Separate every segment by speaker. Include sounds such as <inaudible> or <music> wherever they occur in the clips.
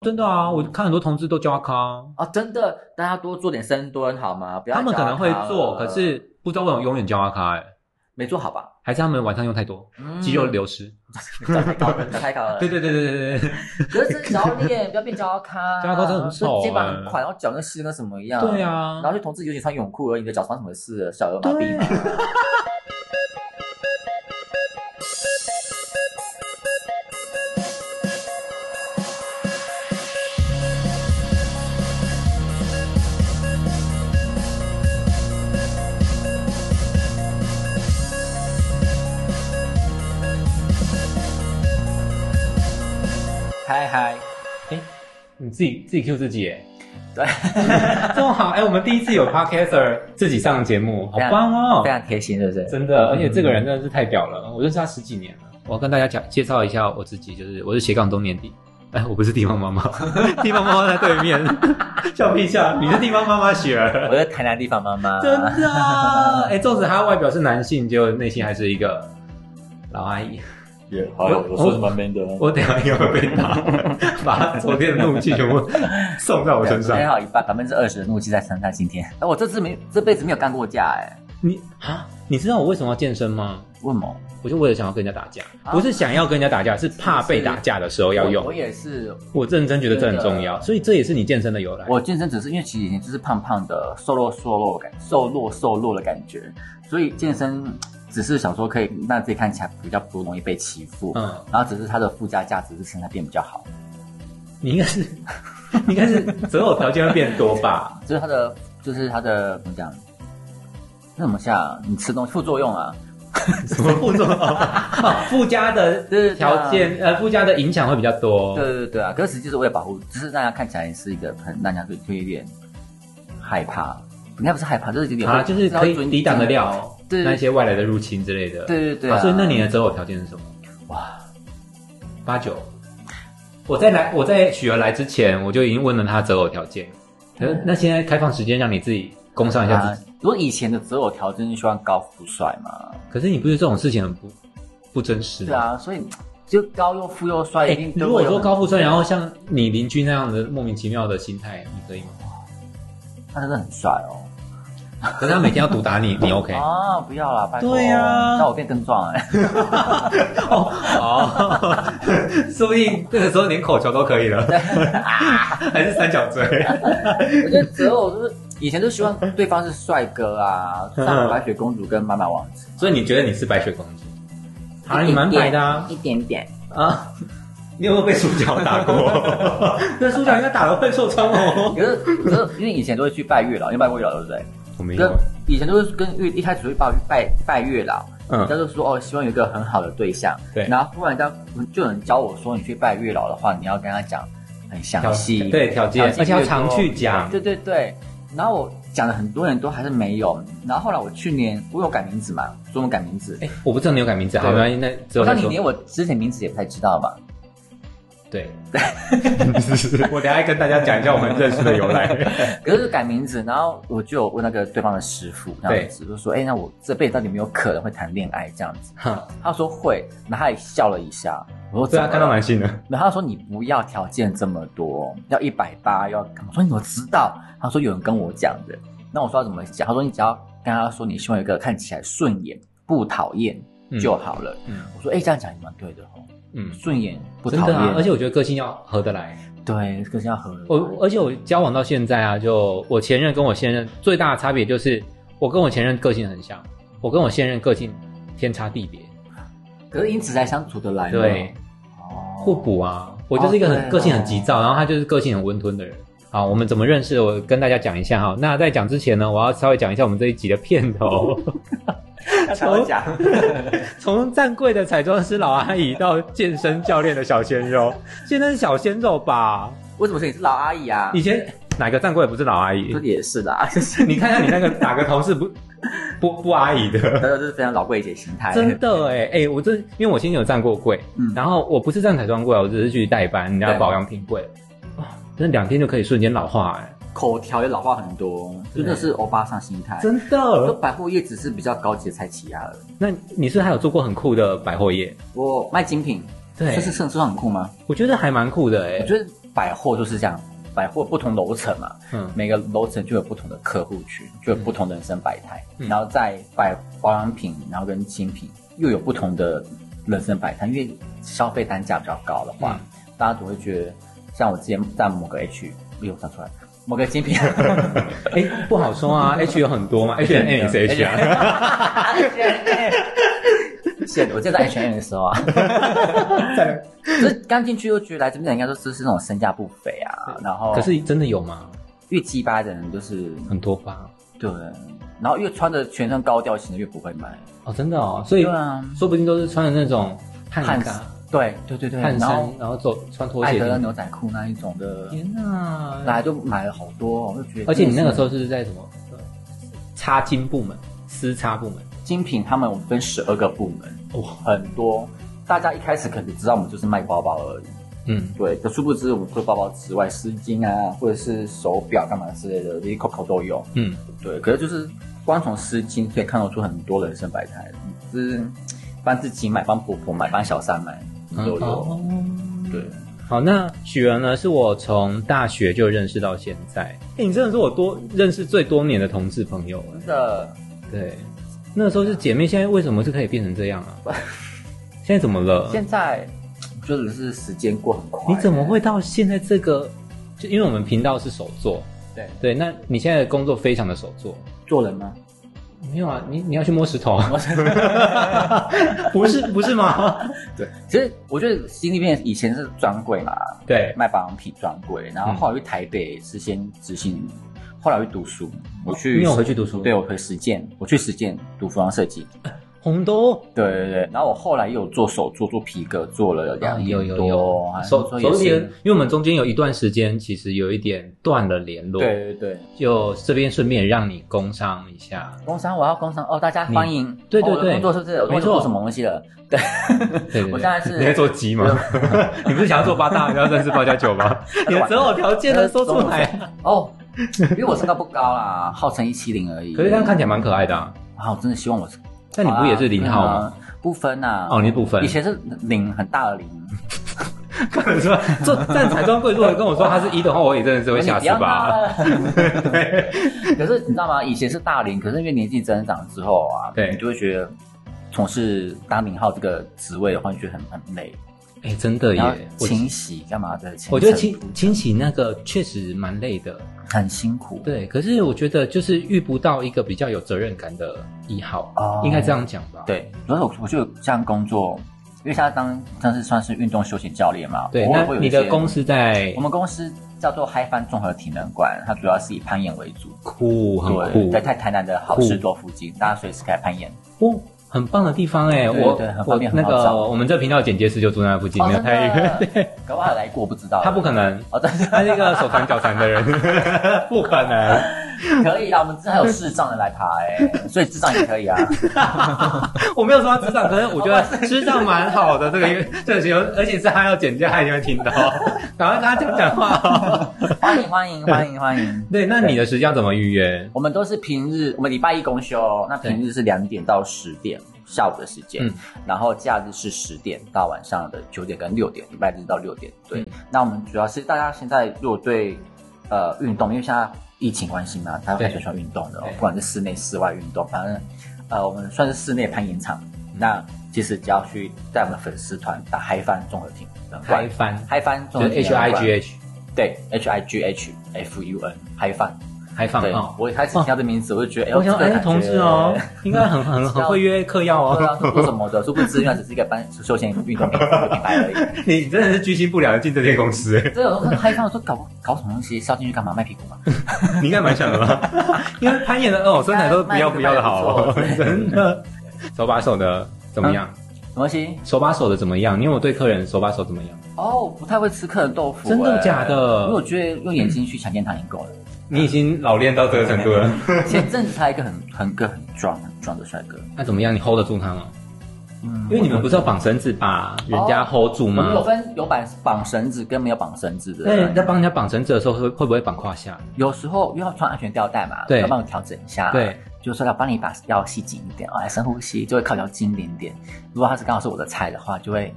Speaker 1: 真的啊，我看很多同志都叫阿康，
Speaker 2: 啊，真的，大家多做点深蹲好吗？不要
Speaker 1: 他们
Speaker 2: 再
Speaker 1: 可
Speaker 2: 叫
Speaker 1: 能会
Speaker 2: 它
Speaker 1: 做，
Speaker 2: 了
Speaker 1: 可是不知道为什么永远叫阿康、欸，
Speaker 2: 没做好吧？
Speaker 1: 还是他们晚上用太多，
Speaker 2: 嗯
Speaker 1: 肌肉流失。
Speaker 2: 长太高了，长太高
Speaker 1: <laughs>
Speaker 2: 了。
Speaker 1: 对对对对对对对，
Speaker 2: 可是真的脚练，不要变脚咖。
Speaker 1: <laughs>
Speaker 2: 啊
Speaker 1: 脚咖真的很丑
Speaker 2: 肩膀很
Speaker 1: 哎
Speaker 2: 宽，然后脚跟细得跟什么一样。
Speaker 1: 对啊
Speaker 2: 然后就同志尤其穿泳裤而已，你的脚穿什么事了？小儿麻痹
Speaker 1: 对
Speaker 2: 嘛。嗨嗨，
Speaker 1: 你自己自己 Q 自己、
Speaker 2: <laughs>
Speaker 1: 欸，
Speaker 2: 对，
Speaker 1: 这么好哎、我们第一次有 podcaster 自己上节目，好
Speaker 2: 非常
Speaker 1: 棒哦
Speaker 2: <laughs> 非！常贴心，是不是？
Speaker 1: 真的，而且这个人真的是太屌了，我认识他十几年了。我要跟大家讲介绍一下我自己，就是我是斜杠中年底。 <laughs> 哎，我不是地方 <laughs> 妈妈，地方妈妈在对面， <laughs> 笑屁笑，你是地方妈妈雪儿
Speaker 2: 我，在台南地方妈妈，
Speaker 1: 真的啊！ <laughs> 哎，纵使他外表是男性，结果内心还是一个老阿姨。
Speaker 3: 也好，有时候是蛮 man 的。
Speaker 1: 我等一下应该会被打，把他昨天的怒气全部送到我身上
Speaker 2: 还。好一半，百分之二十的怒气在身上。今天，哎，我这次没这辈子没有干过架，哎，
Speaker 1: 你啊，你知道我为什么要健身吗？
Speaker 2: 为什么？
Speaker 1: 我就为了想要跟人家打架，
Speaker 2: 啊
Speaker 1: 不是想要跟人家打架，是怕被打架的时候要用
Speaker 2: 我我。也是，
Speaker 1: 我认真觉得这很重要，所以这也是你健身的由来。
Speaker 2: 我健身只是因为其实以前就是胖胖的，瘦弱瘦弱的感，瘦弱瘦弱的感觉，所以健身只是想说可以让自己看起来比较不容易被欺负，
Speaker 1: 嗯，
Speaker 2: 然后只是它的附加价值是身材变比较好，
Speaker 1: 你应该是， <laughs> 你应该是择偶条件会变多 <laughs> 吧？
Speaker 2: 就是它的就是它的怎么讲？那怎么下？你吃东西副作用啊？
Speaker 1: 什么副作 <laughs> 用？哦附加的
Speaker 2: 对
Speaker 1: 条件，呃，附加的影响会比较多。
Speaker 2: 对对对啊！可是实际是为了保护，只是让他看起来是一个很让人家会会有点害怕，应该不是害怕，就是有点
Speaker 1: 啊，就是可以抵挡得。了
Speaker 2: 哦对
Speaker 1: 那些外来的入侵之类的。
Speaker 2: 对对对
Speaker 1: 啊
Speaker 2: 啊
Speaker 1: 所以那你的择偶条件是什么？
Speaker 2: 哇，
Speaker 1: 八九。我在来，我在许儿来之前，我就已经问了他择偶条件。可是那现在开放时间，让你自己工商一下
Speaker 2: 嗯啊
Speaker 1: 自己。，
Speaker 2: 如果以前的择偶条件是希望高富帅嘛？
Speaker 1: 可是你不是这种事情很不不真实吗？
Speaker 2: 对啊，所以就高又富又
Speaker 1: 哎
Speaker 2: 帅，一定都
Speaker 1: 如果
Speaker 2: 会有啊
Speaker 1: 说高富帅，然后像你邻居那样的莫名其妙的心态，你可以吗？
Speaker 2: 他真的很帅哦。
Speaker 1: 可是他每天要毒打你，你 OK？
Speaker 2: 啊，不要啦，拜托。
Speaker 1: 对啊
Speaker 2: 那我变更壮
Speaker 1: <laughs>
Speaker 2: 哎、
Speaker 1: 哦哦， <laughs> 说不定这个时候连口球都可以
Speaker 2: <laughs>
Speaker 1: 了，还是三角锥。
Speaker 2: 我觉得择偶就是以前都希望对方是帅哥啊，像白雪公主跟妈妈王子。
Speaker 1: 所以你觉得你是白雪公主？ <laughs> 啊，你蛮白的啊！
Speaker 2: 一点点。
Speaker 1: 啊 <laughs> 你有没有被猪脚打过？ <laughs> 那猪脚应该打了会受伤哦。
Speaker 2: 可是可是因为以前都会去拜月老，你有拜过月老对不对？
Speaker 1: 我没
Speaker 2: 跟以前都是跟月一开始会拜拜拜月老，
Speaker 1: 嗯
Speaker 2: 他就说哦，希望有一个很好的对象。
Speaker 1: 对
Speaker 2: 然后忽然间就有人教我说，你去拜月老的话，你要跟他讲很详
Speaker 1: 条
Speaker 2: 细，
Speaker 1: 对条件，而且要
Speaker 2: 越多
Speaker 1: 常去讲。
Speaker 2: 对对对，然后我讲了很多人都还是没有，然后后来我去年我有改名字嘛，中文改名字，
Speaker 1: 哎，我不知道你有改名字，好，没关系，那之
Speaker 2: 我
Speaker 1: 后再
Speaker 2: 像你
Speaker 1: 说。
Speaker 2: 连我之前名字也不太知道嘛，
Speaker 1: 对， <laughs> 我等一下跟大家讲一下我们认识的由 <laughs> 来。
Speaker 2: 可是改名字，然后我就有问那个对方的师傅，这样子就说，哎，那我这辈子到底有没有可能会谈恋爱这样子？他说会，然后他也笑了一下，我说
Speaker 1: <laughs> 对
Speaker 2: 怎
Speaker 1: 啊，
Speaker 2: 么
Speaker 1: 看到
Speaker 2: 了？
Speaker 1: 男性的，
Speaker 2: 然后他说你不要条件这么多，要一百八，要干嘛我说你怎么知道？他说有人跟我讲的。那我说要怎么讲？他说你只要跟他说你希望有一个看起来顺眼不讨厌
Speaker 1: 嗯
Speaker 2: 就好了。
Speaker 1: 嗯
Speaker 2: 我说哎、这样讲也蛮对的哦，
Speaker 1: 嗯，
Speaker 2: 顺眼不
Speaker 1: 真
Speaker 2: 讨
Speaker 1: 的啊
Speaker 2: 厌，，
Speaker 1: 而且我觉得个性要合得来。
Speaker 2: 对，更是要合。
Speaker 1: 我而且我交往到现在啊，就我前任跟我现任最大的差别就是，我跟我前任个性很像，我跟我现任个性天差地别，
Speaker 2: 可是因此才相处得来嘛
Speaker 1: 对，，
Speaker 2: 哦
Speaker 1: 互补啊。我就是一个
Speaker 2: 哦
Speaker 1: 很
Speaker 2: 对
Speaker 1: 个性很急躁，然后他就是个性很温吞的人。好，我们怎么认识的？我跟大家讲一下哈。那在讲之前呢，我要稍微讲一下我们这一集的片头。 <laughs>
Speaker 2: 吵架。
Speaker 1: 从站柜的彩妆师老阿姨到健身教练的小鲜肉，现在是小鲜肉吧？
Speaker 2: <laughs> 为什么说你是老阿姨啊？
Speaker 1: 以前哪个站柜不是老阿姨
Speaker 2: 这？也是 <laughs> 啦，
Speaker 1: <laughs> 你看看你那个哪个同事 <laughs> 不不不阿姨的？
Speaker 2: 这就是非常老柜姐心态。
Speaker 1: 真的哎、哎、我真因为我先前有站过柜，
Speaker 2: 嗯
Speaker 1: 然后我不是站彩妆柜，啊我只是去代班人家
Speaker 2: 对
Speaker 1: 保养品柜，哇，那两天就可以瞬间老化哎、
Speaker 2: 口条也老化很多，真的是欧巴桑心态。
Speaker 1: 真
Speaker 2: 就
Speaker 1: 的。
Speaker 2: 百货业只是比较高级的菜奇亚而已。
Speaker 1: 那你是不是还有做过很酷的百货业？
Speaker 2: 我卖精品，
Speaker 1: 对
Speaker 2: 这是算算很酷吗？
Speaker 1: 我觉得还蛮酷的哎、
Speaker 2: 我觉得百货就是这样，百货不同楼层嘛，
Speaker 1: 嗯
Speaker 2: 每个楼层就有不同的客户群，就有不同的人生百态。
Speaker 1: 嗯
Speaker 2: 然后在百保养品，然后跟精品又有不同的人生百态，因为消费单价比较高的话，
Speaker 1: 嗯
Speaker 2: 大家总会觉得，像我之前在某个 H，哎呦，我讲出来，某个
Speaker 1: <laughs>
Speaker 2: 精品，
Speaker 1: 哎、不好说
Speaker 2: <laughs>
Speaker 1: 啊，H 有很多嘛，H 和 N 也是 H
Speaker 2: H&M
Speaker 1: 啊，
Speaker 2: 啊是我记得在 H M 的时候
Speaker 1: <laughs>
Speaker 2: 啊， <laughs> 就是刚进去就觉得来这边的人应该都是是那种身价不菲啊，然后
Speaker 1: 可是真的有吗？
Speaker 2: 越鸡巴的人就是
Speaker 1: 很多吧？
Speaker 2: 对，然后越穿的全身高调型的越不会买，
Speaker 1: 哦，真的哦，所以
Speaker 2: 对啊
Speaker 1: 说不定都是穿的那种汗
Speaker 2: 汗
Speaker 1: 衫、
Speaker 2: 对对对对，
Speaker 1: 汗
Speaker 2: 然后
Speaker 1: 衫，然后走穿拖
Speaker 2: 艾
Speaker 1: 鞋
Speaker 2: 德
Speaker 1: 进
Speaker 2: 的
Speaker 1: 去。
Speaker 2: 牛仔裤那一种的，
Speaker 1: 天哪！
Speaker 2: 来就买了好多哦，我就觉得
Speaker 1: 而且你那个时
Speaker 2: 候
Speaker 1: 候是在什么？擦金部门、私擦部门，
Speaker 2: 精品他们我们分十二个部门，
Speaker 1: 哇，
Speaker 2: 很多，大家一开始可能只知道我们就是卖包包而已。
Speaker 1: 嗯，
Speaker 2: 对，可殊不知我们除了包包之外，丝巾啊，或者是手表干嘛之类的，这些 Coco 都有。
Speaker 1: 嗯，
Speaker 2: 对，可是就是光从丝巾可以看得出很多人生百态，就是帮自己买，帮婆婆买，帮小三买都有。
Speaker 1: 哦
Speaker 2: 对，
Speaker 1: 好，那许儿呢？是我从大学就认识到现在。哎、你真的是我多认识最多年的同志朋友哎
Speaker 2: 真的
Speaker 1: 对，那个时候是姐妹，现在为什么就可以变成这样啊？现在怎么了？
Speaker 2: 现在我觉得是时间过很快。
Speaker 1: 你怎么？会到现在这个？就因为我们频道是手作，
Speaker 2: 对，
Speaker 1: 对，那你现在的工作非常的手作。
Speaker 2: 做人吗？ <laughs>
Speaker 1: 没有啊，你你要去摸石头啊？ <laughs> 不是不是吗？
Speaker 2: 对，其实我觉得心里面以前是专柜嘛，
Speaker 1: <laughs> 对，
Speaker 2: 卖保养品专柜，然后后来去台北是先执行，后来去读书，我去
Speaker 1: 哦你有回去读书
Speaker 2: 对我回实践，我去实践读服装设计，
Speaker 1: 红豆
Speaker 2: 对对对，然后我后来又有做手做做皮革，做了两年
Speaker 1: 啊有有
Speaker 2: 多，
Speaker 1: 有
Speaker 2: 还，是
Speaker 1: 手
Speaker 2: 说也
Speaker 1: 手
Speaker 2: 是
Speaker 1: 连，因为我们中间有一段时间其实有一点断了联络，
Speaker 2: 对，对对，
Speaker 1: 就这边顺便让你工商一 <laughs> 下，
Speaker 2: 工商我要工商哦，大家欢迎，
Speaker 1: 对对
Speaker 2: 哦我的
Speaker 1: 对
Speaker 2: 工作是不是？我
Speaker 1: 没错
Speaker 2: 做什么东西了？对，
Speaker 1: 对对对
Speaker 2: 我现在是
Speaker 1: 你在做鸡吗？ <laughs> 你不是想要做八 <laughs> 大，然后认识八加九吗？你的择偶条件能说出来？
Speaker 2: 哦，因为我身高不高啦，号称一七零而已，
Speaker 1: 可是这样看起来蛮可爱的啊。
Speaker 2: 啊，我真的希望我是。
Speaker 1: 但你不也是零号
Speaker 2: 好
Speaker 1: 吗？
Speaker 2: 啦？嗯不分呐、
Speaker 1: 哦你是不分
Speaker 2: 以
Speaker 1: <laughs>
Speaker 2: 前是零很大的零，
Speaker 1: 刚才说做站彩妆柜，如果跟我说他是一的话，我也真的是会吓
Speaker 2: 你不
Speaker 1: 死
Speaker 2: 要
Speaker 1: 吧
Speaker 2: 大。了
Speaker 1: 啊 <laughs>
Speaker 2: <laughs> 可是你知道吗？以前是大龄，可是因为年纪增长之后啊，
Speaker 1: 对
Speaker 2: 你就会觉得从事当零号这个职位的话，你觉得很很累，
Speaker 1: 哎、真的
Speaker 2: 然后
Speaker 1: 耶！我
Speaker 2: 清洗干嘛的，
Speaker 1: 我觉得
Speaker 2: 清
Speaker 1: 清清洗那个确实蛮累的，
Speaker 2: 很辛苦。，
Speaker 1: 对。可是我觉得就是遇不到一个比较有责任感的一号，
Speaker 2: 哦
Speaker 1: 应该这样讲吧？
Speaker 2: 对，所以我我就这样工作，因为现在当但是算是运动休闲教练嘛，
Speaker 1: 对。
Speaker 2: 偶尔
Speaker 1: 那
Speaker 2: 会有一
Speaker 1: 你的
Speaker 2: 些
Speaker 1: 公，司在
Speaker 2: 我们公司叫做嗨翻综合体能馆，它主要是以攀岩为主。
Speaker 1: 酷，很
Speaker 2: 对，
Speaker 1: 酷，
Speaker 2: 在台台南的好事多附近，大家随时可以攀岩。
Speaker 1: 哦，很棒的地方哎！
Speaker 2: 对
Speaker 1: 我
Speaker 2: 对很
Speaker 1: 我
Speaker 2: 方便
Speaker 1: 那
Speaker 2: 很好
Speaker 1: 个
Speaker 2: 找哦
Speaker 1: 我们这频道剪接师就住那附近，没有
Speaker 2: 真
Speaker 1: 太远。
Speaker 2: 的，搞不好来过，我不知道。
Speaker 1: 他不可能，
Speaker 2: 哦，真的
Speaker 1: 他是一个手残脚残的人， <laughs> 不可能。
Speaker 2: <laughs> 可以啊，我们之前有视障的来爬
Speaker 1: <laughs>
Speaker 2: 哎，所以智障也可以啊。
Speaker 1: 我没有说他智障，可是我觉
Speaker 2: 哦
Speaker 1: 得智障蛮好的这个这个形容，而且是他要剪接，他一定会听
Speaker 2: <laughs>
Speaker 1: 到，赶快跟他讲讲话、哦。
Speaker 2: 欢迎欢迎欢迎欢迎！
Speaker 1: 对，那你的时间要怎么预约？
Speaker 2: 我们都是平日，我们礼拜一公休，那平日是两点到十点下午的时间
Speaker 1: 嗯，
Speaker 2: 然后假日是十点到晚上的九点跟六点，礼拜日到六点。对，
Speaker 1: 嗯
Speaker 2: 那我们主要是大家现在如果对呃运动，因为现在疫情关系嘛，大家
Speaker 1: 对
Speaker 2: 很喜欢运动的哦
Speaker 1: 对，
Speaker 2: 不管是室内室外运动，反正呃我们算是室内攀岩场。
Speaker 1: 嗯
Speaker 2: 那其实只要去在我们粉丝团打嗨翻综合体能馆
Speaker 1: 嗨翻
Speaker 2: 嗨翻综
Speaker 1: 就
Speaker 2: 合
Speaker 1: 是
Speaker 2: 体
Speaker 1: H
Speaker 2: 能
Speaker 1: I
Speaker 2: 馆
Speaker 1: G H
Speaker 2: 对，H I G H F U N 嗨饭。
Speaker 1: 还放
Speaker 2: 对
Speaker 1: 哦，。
Speaker 2: 我一开始听到这名字，我就觉得，哎，
Speaker 1: 我想，
Speaker 2: 这个
Speaker 1: 哎，
Speaker 2: 感觉
Speaker 1: 同志哦，，应该很很很会约嗑药
Speaker 2: 对
Speaker 1: 哦。
Speaker 2: 啊，是做什么的？殊不知，原来只是一个班休闲运动品牌
Speaker 1: <laughs>
Speaker 2: 而已。
Speaker 1: <laughs> 你真的是居心不良的进这间公司，
Speaker 2: 这有时候看嗨饭，说搞搞什么东西，是要进去干嘛？卖屁股吗？
Speaker 1: <laughs> 你应该蛮想的吧？ <laughs> 因为攀岩的哦，身材都不要不要的好 <laughs> 哦，真的。手把手的怎么样？
Speaker 2: 什么东西？
Speaker 1: 手把手的怎么样？你有没有对客人手把手怎么样？
Speaker 2: 哦，我不太会吃客人豆腐，
Speaker 1: 真的
Speaker 2: 哎
Speaker 1: 假的
Speaker 2: 因为我觉得用眼睛去强奸他已经够了。
Speaker 1: 你已经老练到这个程度了，
Speaker 2: 前阵子他一个很很个很壮很壮的帅哥，
Speaker 1: <laughs> 那怎么样？你 hold 得住他吗？
Speaker 2: 嗯
Speaker 1: 因为你们不是要绑绳子把人家 hold 住
Speaker 2: 我们
Speaker 1: 吗？
Speaker 2: 有分有绑绑绳子跟没有绑绳子的。
Speaker 1: 那人家帮人家绑绳子的时候，会会不会绑胯 <laughs> 下？
Speaker 2: 有时候因为要穿安全吊带嘛，
Speaker 1: 对
Speaker 2: 要帮我调整一下，啊
Speaker 1: 对，
Speaker 2: 就是说要帮你把腰系紧一点，哦，来深呼吸，就会靠比较紧一点点。如果他是刚好是我的菜的话，就会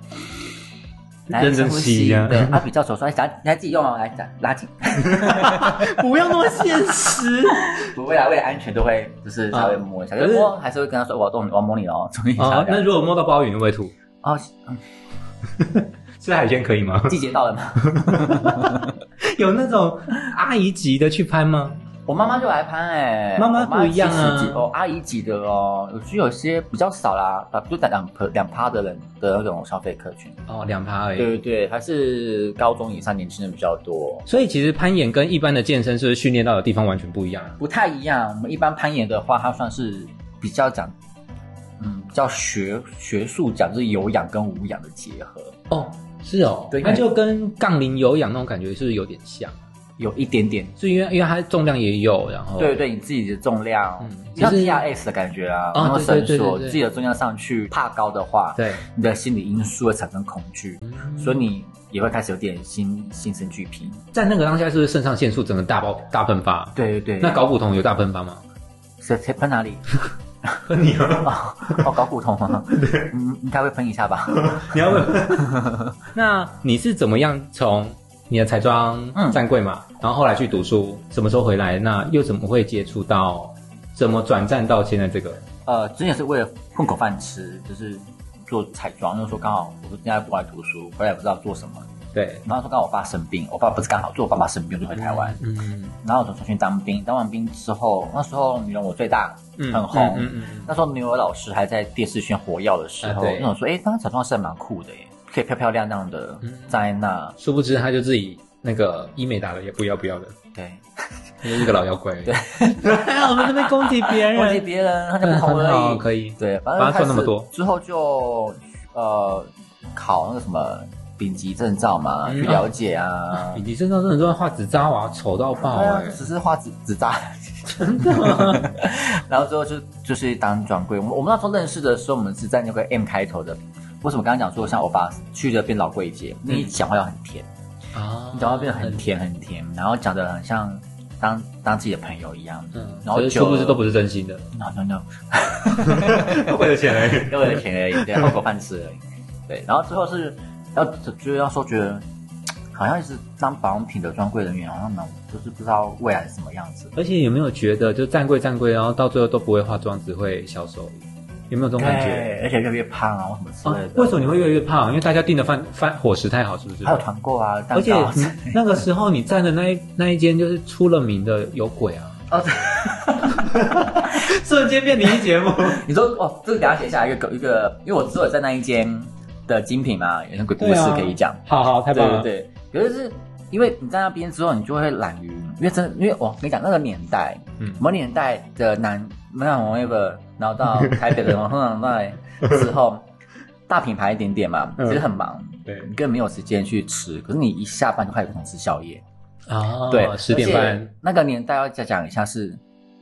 Speaker 2: 来
Speaker 1: 认真
Speaker 2: 深呼
Speaker 1: 吸
Speaker 2: 吸
Speaker 1: 这样
Speaker 2: 对啊，比较手说，哎，来，来自己用哦，来，讲拉紧，
Speaker 1: 不要那么现实。
Speaker 2: 不会啊，为了安全都会就是稍微摸一下，
Speaker 1: 啊
Speaker 2: 就
Speaker 1: 可
Speaker 2: 是
Speaker 1: 是
Speaker 2: 摸还是会跟他说，我要动你，我要摸你 <laughs> 哦，注意一
Speaker 1: <laughs> <laughs>
Speaker 2: 下
Speaker 1: 哦，
Speaker 2: 这
Speaker 1: 那
Speaker 2: 样。
Speaker 1: 如果摸到鲍鱼，会不会吐？
Speaker 2: 哦，
Speaker 1: 吃海鲜可以吗？
Speaker 2: 季节到了嘛，
Speaker 1: <laughs> 有那种阿姨级的去攀吗？
Speaker 2: 我妈妈就来攀哎、
Speaker 1: 妈妈
Speaker 2: 我
Speaker 1: 不一样啊
Speaker 2: 70几哦，阿姨级的哦，有时有些比较少啦，啊就两两两趴的人的那种消费客群，
Speaker 1: 哦，两趴而
Speaker 2: 对
Speaker 1: 已。
Speaker 2: 对对，还是高中以上年轻人比较多。
Speaker 1: 所以其实攀岩跟一般的健身是不是训练到的地方完全不一样啊。
Speaker 2: 不太一样。我们一般攀岩的话，它算是比较讲，嗯，比较学学术讲，就是有氧跟无氧的结合，
Speaker 1: 哦，是哦，
Speaker 2: 对
Speaker 1: 那就跟杠铃有氧那种感觉是不是有点像？
Speaker 2: 有一点点。
Speaker 1: 是因为因为它重量也有，然后
Speaker 2: 对对，你自己的重量，
Speaker 1: 嗯
Speaker 2: 像
Speaker 1: 就是
Speaker 2: P R S 的感觉啊，
Speaker 1: 哦
Speaker 2: 然后
Speaker 1: 对对
Speaker 2: 绳
Speaker 1: 对
Speaker 2: 索，
Speaker 1: 对对
Speaker 2: 自己的重量上去，怕高的话，
Speaker 1: 对，
Speaker 2: 你的心理因素会产生恐惧，
Speaker 1: 嗯
Speaker 2: 所以你也会开始有点心心生俱疲。
Speaker 1: 在那个当下是不是肾上腺素整个大爆大喷发？啊
Speaker 2: 对对对，
Speaker 1: 那搞古铜有大喷发吗？
Speaker 2: 谁谁喷
Speaker 1: <laughs>
Speaker 2: 哪里？
Speaker 1: 喷你啊！
Speaker 2: 哦，哦搞骨头吗？嗯，应该会喷一下吧。
Speaker 1: 你要问？ <laughs> 那你是怎么样从你的彩妆
Speaker 2: 嗯
Speaker 1: 站柜嘛，然后后来去读书，什么时候回来？那又怎么会接触到？怎么转战到现在这个？
Speaker 2: 呃，之前是为了混口饭吃，就是做彩妆，那时候刚好我现在过来读书，回来也不知道做什么。
Speaker 1: 对，
Speaker 2: 然后那时候刚好我爸生病，我爸不是刚好就我爸爸生病我就回台湾，
Speaker 1: 嗯，
Speaker 2: 然后我就重新当兵，当完兵之后，那时候女人我最大，
Speaker 1: 嗯
Speaker 2: 很红。
Speaker 1: 嗯嗯嗯
Speaker 2: 那时候女友老师还在电视圈活跃的时
Speaker 1: 啊
Speaker 2: 候，
Speaker 1: 对
Speaker 2: 那我说，哎、当时彩妆师还蛮酷的耶，可以漂漂亮亮的
Speaker 1: 嗯
Speaker 2: 站在那，
Speaker 1: 殊不知他就自己那个医美打了也不要不要的，
Speaker 2: 对，
Speaker 1: 就是一个老妖怪。对， <laughs> 我们这边攻击
Speaker 2: <laughs>
Speaker 1: 别
Speaker 2: 忘记别人，他就不红
Speaker 1: 哎嗯很
Speaker 2: 而
Speaker 1: 好啊
Speaker 2: 已。
Speaker 1: 可以
Speaker 2: 对，反
Speaker 1: 反正
Speaker 2: 正
Speaker 1: 赚那么
Speaker 2: 开始
Speaker 1: 多
Speaker 2: 之后就呃考那个什么丙级证照嘛，
Speaker 1: 嗯
Speaker 2: 去了解啊。
Speaker 1: 你身上真的都在画纸扎娃，丑到爆
Speaker 2: 对啊
Speaker 1: 哎、，
Speaker 2: 只是画纸纸
Speaker 1: <laughs>
Speaker 2: 扎，真 <laughs> 的。然后之后就就是当专柜。我们我们那时候认识的时候，我们是在那个 M 开头的。为什么刚刚讲说像欧巴去了变老柜姐？那你讲话要很甜，
Speaker 1: 啊
Speaker 2: 你讲话变得很
Speaker 1: 嗯
Speaker 2: 甜很甜，然后讲的很像当当自己的朋友一样。
Speaker 1: 嗯，
Speaker 2: 然后
Speaker 1: 可是
Speaker 2: 久
Speaker 1: 殊不知
Speaker 2: 了
Speaker 1: 都不是真心的，
Speaker 2: <laughs> No no no，
Speaker 1: 为了钱而已。
Speaker 2: 因为有钱而
Speaker 1: <laughs>
Speaker 2: 已，对，混口饭吃而已。对，然后之后是要就是要说觉得，好像一直当保养品的专柜人员，好像蛮就是不知道未来是什么样子。
Speaker 1: 而且有没有觉得，就站柜站柜，然后到最后都不会化妆，只会消瘦，有没有这种感觉？
Speaker 2: 对，而且越来越胖啊，或什
Speaker 1: 啊
Speaker 2: 哎么之类，的。
Speaker 1: 为什么你会越来越胖？因为大家订的饭饭伙食太好，是不是
Speaker 2: 还？有团购啊，蛋
Speaker 1: 而且
Speaker 2: 糕啊
Speaker 1: 你那个时候你站的那一那一间就是出了名的有鬼啊！
Speaker 2: 哦，对
Speaker 1: <laughs> 瞬间变灵异节目，
Speaker 2: 你说哦，这个等一下写下来一个一个，因为我之后有在那一间的精品嘛，有那鬼故
Speaker 1: 对
Speaker 2: 事
Speaker 1: 啊
Speaker 2: 可以讲。
Speaker 1: <laughs> 好好太
Speaker 2: 对
Speaker 1: 棒了！
Speaker 2: 对对，可是是因为你在那边之后，你就会懒于，因为真的，因为我跟你讲那个年代，
Speaker 1: 嗯
Speaker 2: 我们年代的南南红 ever，然后到台北的红红奈之后，大品牌一点点嘛，
Speaker 1: 嗯
Speaker 2: 其实很忙，
Speaker 1: 对
Speaker 2: 你根本没有时间去吃。可是你一下班就开始想吃宵夜，
Speaker 1: 啊，
Speaker 2: 对，
Speaker 1: 十点
Speaker 2: 而
Speaker 1: 半
Speaker 2: 且，那个年代要再讲一下是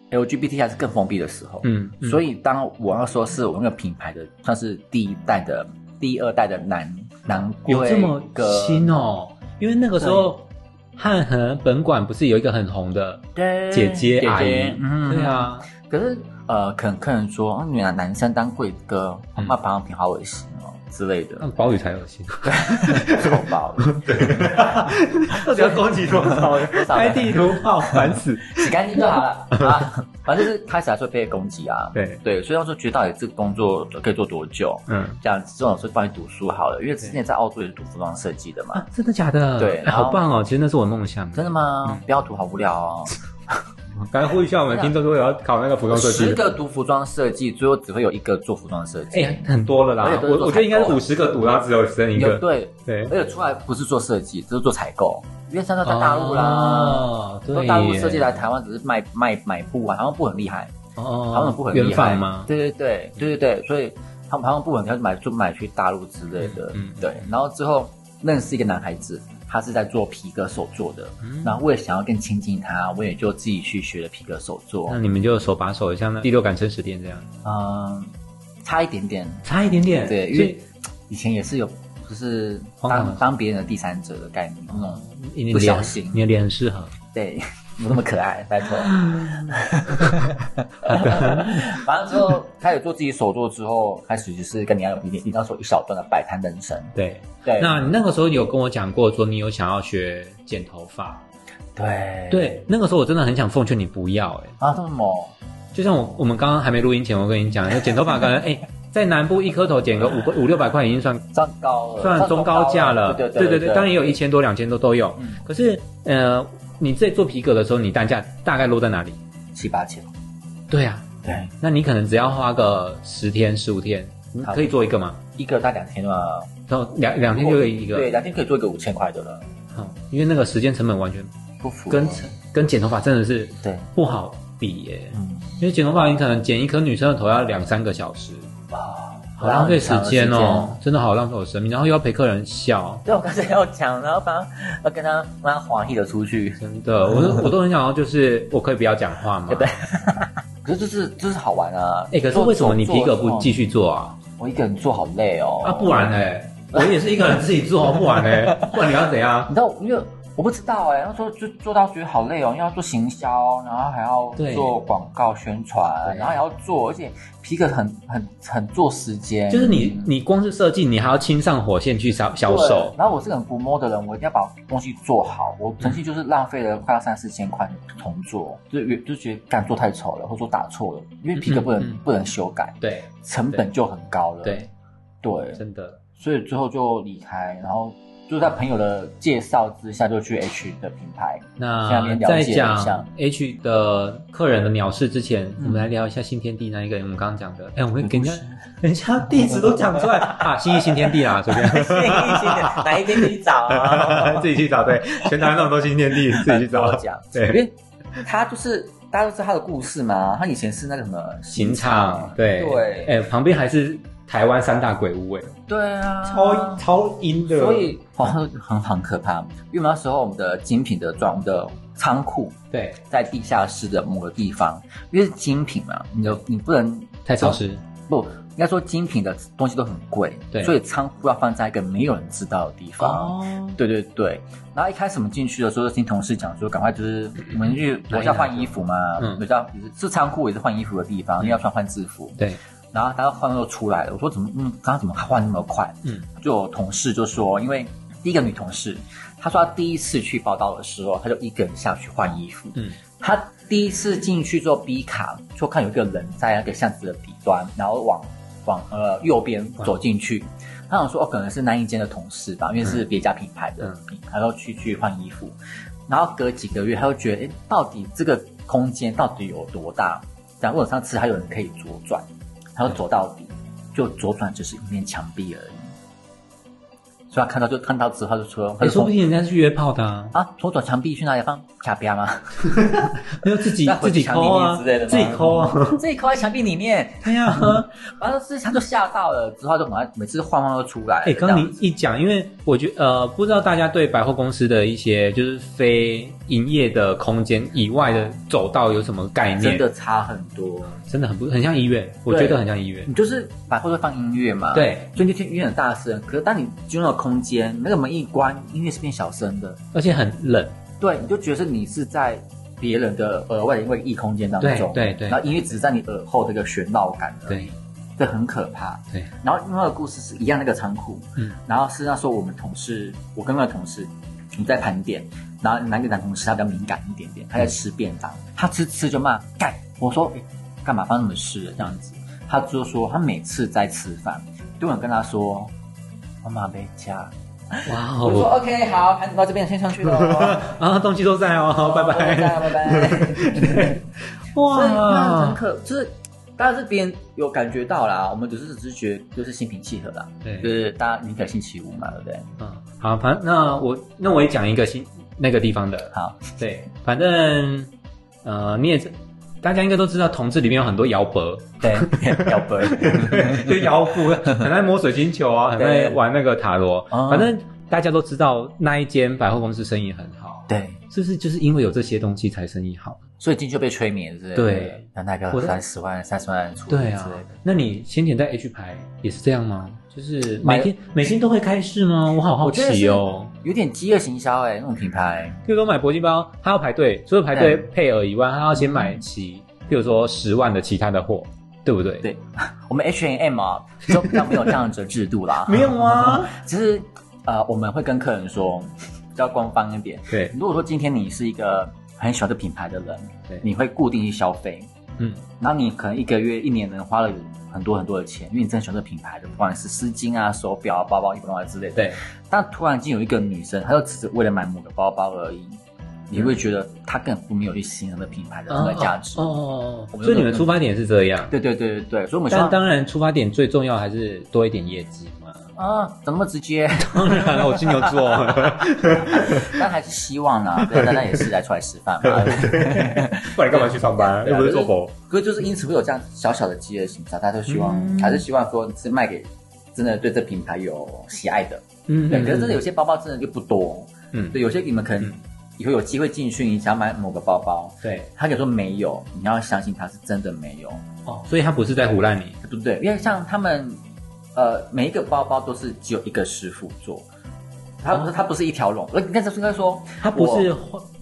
Speaker 2: LGBT 还是更封闭的时候，
Speaker 1: 嗯，嗯
Speaker 2: 所以当我要说是我那个品牌的算是第一代的、第二代的男男贵
Speaker 1: 有这么
Speaker 2: 哥
Speaker 1: 新哦？因为那个时候汉恒本馆不是有一个很红的
Speaker 2: 对
Speaker 1: 姐姐阿姨
Speaker 2: 姐，嗯，
Speaker 1: 对。啊，
Speaker 2: 可是呃，可能客人说，哦，你拿男生当贵哥，
Speaker 1: 嗯
Speaker 2: 那保养品好恶心哦之类的，
Speaker 1: 那宝宇才恶心。
Speaker 2: 好吧，
Speaker 1: <laughs> 到底要攻击多少人？
Speaker 2: <laughs>
Speaker 1: 哎
Speaker 2: 开地
Speaker 1: 图炮，烦死！
Speaker 2: 洗干净就
Speaker 1: <laughs>
Speaker 2: 好了啊。反正就是开始还是会被攻击啊，
Speaker 1: 对
Speaker 2: 对，所以我说觉得到底这个工作可以做多久？
Speaker 1: 嗯
Speaker 2: 这样这种是帮你读书好了，因为之前在澳洲也是读服装设计的嘛
Speaker 1: 啊。，真的假的？
Speaker 2: 对
Speaker 1: 哎
Speaker 2: 然后
Speaker 1: 好棒哦！其实那是我的梦想。
Speaker 2: 真的吗？
Speaker 1: 嗯
Speaker 2: 不要读，好无聊哦。
Speaker 1: 刚才呼吁一下我们的听众，如果要考那个服装设
Speaker 2: 啊十
Speaker 1: 计的，
Speaker 2: 个读服装设计，最后只会有一个做服装设计。
Speaker 1: 哎，很多了
Speaker 2: 而
Speaker 1: 啦
Speaker 2: 且。都是
Speaker 1: 我
Speaker 2: 做
Speaker 1: 我觉得应该是
Speaker 2: 采购
Speaker 1: 五十个赌，然后只有剩一
Speaker 2: 有
Speaker 1: 个。
Speaker 2: 对，
Speaker 1: 对，
Speaker 2: 而且出来不是做设计，只是做采购，因为现在在大陆啦。
Speaker 1: 哦
Speaker 2: 说
Speaker 1: 对，
Speaker 2: 大陆设计来，台湾只是卖卖买布啊，台湾布很厉害，台湾
Speaker 1: 哦
Speaker 2: 的布很厉害。
Speaker 1: 原仿吗？
Speaker 2: 对对对对对对，所以他们台湾布很开始买就买去大陆之类的。
Speaker 1: 嗯嗯
Speaker 2: 对。然后之后认识一个男孩子，他是在做皮革手做的，
Speaker 1: 嗯
Speaker 2: 然后为了想要更亲近他，我也就自己去学了皮革手做
Speaker 1: 那。你们就手把手，像那第六感真实店这样，
Speaker 2: 嗯，差一点点，
Speaker 1: 差一点点。
Speaker 2: 对，因
Speaker 1: 所以
Speaker 2: 为以前也是有就是
Speaker 1: 荒唐哦
Speaker 2: 当当别人的第三者的概念那种。
Speaker 1: 你
Speaker 2: 不
Speaker 1: 的
Speaker 2: 小
Speaker 1: 脸
Speaker 2: 心，
Speaker 1: 你的脸很适合。
Speaker 2: 对， <laughs> 我那么可爱，拜
Speaker 1: <laughs>
Speaker 2: 托。完了之后，开始做自己手作之后，开始就是跟你要有一点，你那时候一小段的摆摊人生。
Speaker 1: 对，
Speaker 2: 对，
Speaker 1: 那你那个时候有跟我讲过，说你有想要学剪头发，
Speaker 2: 对
Speaker 1: 对，那个时候我真的很想奉劝你不要、欸，
Speaker 2: 啊，这么
Speaker 1: 就像我我们刚刚还没录音前，我跟你讲，就剪头发可能哎、在南部一颗头剪个五个五六百块已经算
Speaker 2: 算高了，
Speaker 1: 哦算中高价了，
Speaker 2: 对
Speaker 1: 对
Speaker 2: 对
Speaker 1: 对当然也有一千多两千多都有。
Speaker 2: 嗯
Speaker 1: 可是呃，你在做皮革的时候，你单价大概落在哪里？
Speaker 2: 七八千，
Speaker 1: 对啊，
Speaker 2: 对，
Speaker 1: 那你可能只要花个十天十五天，你
Speaker 2: 好
Speaker 1: 可以做一个嘛，
Speaker 2: 一个大概两天了，
Speaker 1: 然后两两天就有一个，
Speaker 2: 对，两天可以做一个五千块的了，
Speaker 1: 嗯，因为那个时间成本完全
Speaker 2: 不符合
Speaker 1: 跟跟剪头发真的是
Speaker 2: 对，
Speaker 1: 不好比耶、
Speaker 2: 嗯
Speaker 1: 因为剪头发你可能剪一颗女生的头要两三个小时，
Speaker 2: 啊，
Speaker 1: 好浪费时间哦，真的好浪费我生命，然后又要陪客人笑。
Speaker 2: 对，我刚才要讲，然后反正要跟他妈华裔的出去，
Speaker 1: 真的，我都我都很想要，就是我可以不要讲话吗？
Speaker 2: 对不对？可是就是就是好玩啊！
Speaker 1: 哎、可是为什么你皮革不继
Speaker 2: 续？
Speaker 1: 续做啊？
Speaker 2: 我一个人做好累哦。
Speaker 1: 啊，不然呢、我也是一个人自己 <laughs> 做，不然呢、不然你要怎样？
Speaker 2: 你知道，因为我不知道哎、那时候就做到觉得好累哦，因为要做行销，然后还
Speaker 1: 对
Speaker 2: 要做广告宣传，
Speaker 1: 对
Speaker 2: 然后还要做，而且皮革很很很做时间，
Speaker 1: 就是你，你光是设计，你还要亲上火线去销销
Speaker 2: 对
Speaker 1: 售，
Speaker 2: 然后我是个很不摸的人，我一定要把东西做好。我曾经就是浪费了快要三四千块重做，就就觉得干做太丑了，或者说打错了，因为皮革不能、
Speaker 1: 嗯嗯嗯
Speaker 2: 不能修改，
Speaker 1: 对
Speaker 2: 成本就很高了。
Speaker 1: 对，
Speaker 2: 对，
Speaker 1: 真的，
Speaker 2: 所以最后就离开，然后就在朋友的介绍之下，就去 H 的品牌。下
Speaker 1: 那
Speaker 2: 面了解
Speaker 1: 在
Speaker 2: 一下
Speaker 1: 讲 H 的客人的鸟事之前，我们来聊一下新天地那一个，我们刚刚讲的。哎、我们给人
Speaker 2: <laughs>
Speaker 1: 家 <laughs>
Speaker 2: 很多
Speaker 1: 人家地址都讲出 <laughs> 来啊，新义新天地啦，随便
Speaker 2: 哪一天你找啊？
Speaker 1: <laughs> 自己去找，啊对，全台那么多新天地，自己去找
Speaker 2: 我。
Speaker 1: <laughs>
Speaker 2: 讲，因
Speaker 1: 对，
Speaker 2: 为他就是大家都知道他的故事嘛，他以前是那个什么
Speaker 1: 刑场，对
Speaker 2: 对
Speaker 1: 哎、旁边还是台湾三大鬼屋、哎，
Speaker 2: 对啊，
Speaker 1: 超超阴的，
Speaker 2: 所以好像很很可怕，因为那时候我们的精品的装的仓库
Speaker 1: 对
Speaker 2: 在地下室的某个地方，因为是精品嘛，你的你不能
Speaker 1: 太潮湿，
Speaker 2: 不应该说精品的东西都很贵，
Speaker 1: 对
Speaker 2: 所以仓库要放在一个没有人知道的地方。
Speaker 1: 哦，
Speaker 2: 对对对，然后一开始我们进去的时候，就听同事讲说，赶快就是我们去楼下换衣服嘛，
Speaker 1: 嗯
Speaker 2: 楼下是仓库也是换衣服的地方，因为要穿换制服。
Speaker 1: 对，
Speaker 2: 然后他换又出来了，我说怎么，嗯，刚刚怎么换那么快？
Speaker 1: 嗯，
Speaker 2: 就有同事就说，因为第一个女同事，她说她第一次去报道的时候，她就一个人下去换衣服。
Speaker 1: 嗯，
Speaker 2: 她第一次进去做 B 卡，就看有一个人在那个巷子的底端，然后往往呃右边走进去。
Speaker 1: 嗯
Speaker 2: 她想说，哦，可能是那一间的同事吧，因为是别家品牌的
Speaker 1: 嗯，
Speaker 2: 嗯、然后去去换衣服。然后隔几个月，他就觉得，哎，到底这个空间到底有多大？然后我上次还有人可以左转，他就走到底，就左转只是一面墙壁而已。所以他看到就看到之后，他就说，他
Speaker 1: 哎、说
Speaker 2: 就说
Speaker 1: 不定人家是约炮的、
Speaker 2: <laughs>
Speaker 1: 啊，
Speaker 2: 啊，左转墙壁去哪里放卡标吗？
Speaker 1: 要自己
Speaker 2: 那回
Speaker 1: 自己
Speaker 2: 墙里
Speaker 1: 抠啊，
Speaker 2: 面之类的吗
Speaker 1: 自己抠
Speaker 2: <laughs>
Speaker 1: 啊，
Speaker 2: 这一块在墙壁里面，
Speaker 1: 对呀、
Speaker 2: <laughs>
Speaker 1: 啊。
Speaker 2: 然后是他就吓到了，之后他就赶快每次晃晃就出来了。
Speaker 1: 哎、刚
Speaker 2: 这
Speaker 1: 刚
Speaker 2: 样
Speaker 1: 你一讲，因为我觉呃，不知道大家对百货公司的一些就是非营业的空间以外的走道有什么概念？
Speaker 2: 哎真的差很多。
Speaker 1: 真的很不很像医院，我
Speaker 2: 对
Speaker 1: 觉得很像医院。
Speaker 2: 你就是百货会放音乐嘛，
Speaker 1: 对，
Speaker 2: 所以你就听音乐很大声。可是当你进入了空间，那个门一关，音乐是变小声的。
Speaker 1: 而且很冷，
Speaker 2: 对，你就觉得是你是在别人的额外的一个异空间当中，
Speaker 1: 对对对
Speaker 2: 然后音乐只是在你耳后的一个旋绕感而已，
Speaker 1: 对
Speaker 2: 这很可怕。
Speaker 1: 对，
Speaker 2: 然后另外一个故事是一样那个仓库，
Speaker 1: 嗯，
Speaker 2: 然后是那时候我们同事，我跟那个同事，我们在盘点，然后那个男同事他比较敏感一点点，他在吃便当，他吃吃就骂干，我说诶干嘛发生什么事了这样子，他就说他每次在吃饭，都有人跟他说妈妈没家，
Speaker 1: 哇
Speaker 2: 我说
Speaker 1: 哦
Speaker 2: OK 好，盘点到这边先上去了哦。
Speaker 1: 啊，东西都在哦， <laughs> 好拜
Speaker 2: 拜 <laughs>
Speaker 1: 拜。
Speaker 2: 拜拜。所以那很
Speaker 1: <laughs> 哇，
Speaker 2: 可就是，当然是别人有感觉到啦，我们只是只是觉得就是心平气和啦，就
Speaker 1: 对，
Speaker 2: 是大家宁可信其无嘛，对不对？
Speaker 1: 嗯，好，反正那我那我也讲一个新那个地方的，
Speaker 2: 好，
Speaker 1: 对，反正呃你也知大家应该都知道，同志里面有很多摇伯，
Speaker 2: 对，要不
Speaker 1: <laughs> 就摇 <laughs> 步，很爱摸水晶球啊，很爱
Speaker 2: 对
Speaker 1: 玩那个塔罗，
Speaker 2: 嗯
Speaker 1: 反正大家都知道那一间百货公司生意很好，
Speaker 2: 对，
Speaker 1: 是不是就是因为有这些东西才生意好？
Speaker 2: 所以进去就被催眠，是不是？
Speaker 1: 对，
Speaker 2: 那代表
Speaker 1: 我的
Speaker 2: 三十万、三十万出
Speaker 1: 对
Speaker 2: 之
Speaker 1: 啊
Speaker 2: 类的，
Speaker 1: 那你先前在 H 牌也是这样吗？就是
Speaker 2: 买
Speaker 1: 每天每天都会开市吗？我好好
Speaker 2: 我觉得
Speaker 1: 奇
Speaker 2: 是
Speaker 1: 哦。
Speaker 2: 有点饥饿行销哎、那种品牌
Speaker 1: 譬如说买铂金包，他要排队，除了排队
Speaker 2: 嗯
Speaker 1: 配额以外，他要先买齐，譬如说十万的其他的货，对不对？
Speaker 2: 对我们 H and
Speaker 1: <laughs>。
Speaker 2: M 啊，就比较没有这样子的制度啦
Speaker 1: 没有
Speaker 2: <laughs>
Speaker 1: 啊，
Speaker 2: 其实呃，我们会跟客人说比较官方一点。
Speaker 1: 对，
Speaker 2: 如果说今天你是一个很喜欢这品牌的人，
Speaker 1: 对
Speaker 2: 你会固定去消费，
Speaker 1: 嗯，
Speaker 2: 然后你可能一个月、一年能花了很多很多的钱，因为你真的喜欢这品牌的，不管是丝巾啊、手表啊、包包、衣服啊之类的。
Speaker 1: 对，
Speaker 2: 但突然间有一个女生，她就只是为了买某个包包而已，你会觉得她根本没有去形容的品牌的那个价值。
Speaker 1: 哦哦哦哦，
Speaker 2: 我们
Speaker 1: 所以你们出发点是这样，
Speaker 2: 对对对对对，所以我们希
Speaker 1: 但
Speaker 2: 望
Speaker 1: 当然出发点最重要还是多一点业绩嘛。
Speaker 2: 啊，怎么那么直接？
Speaker 1: 当然了，我金牛座，
Speaker 2: 但还是希
Speaker 1: <laughs>
Speaker 2: 望啦、对，大家也是来出来吃饭嘛。
Speaker 1: 不然干嘛去上班？
Speaker 2: 对啊
Speaker 1: 又不是做狗。
Speaker 2: <laughs> 可是就是因此会有这样小小的饥饿营销，啊大家都希望、
Speaker 1: 嗯
Speaker 2: 还是希望说是卖给真的对这品牌有喜爱的。
Speaker 1: 嗯
Speaker 2: 对，可是真的有些包包真的就不多，
Speaker 1: 嗯，
Speaker 2: 对，有些你们可能以后有机会进去，你想买某个包包，
Speaker 1: 对
Speaker 2: 他可以说没有，你要相信他是真的没有，
Speaker 1: 哦，所以他不是在胡乱你，
Speaker 2: 对不对？因为像他们，呃，每一个包包都是只有一个师傅做，他不是他不是一条龙，呃，应该是应该说
Speaker 1: 他不是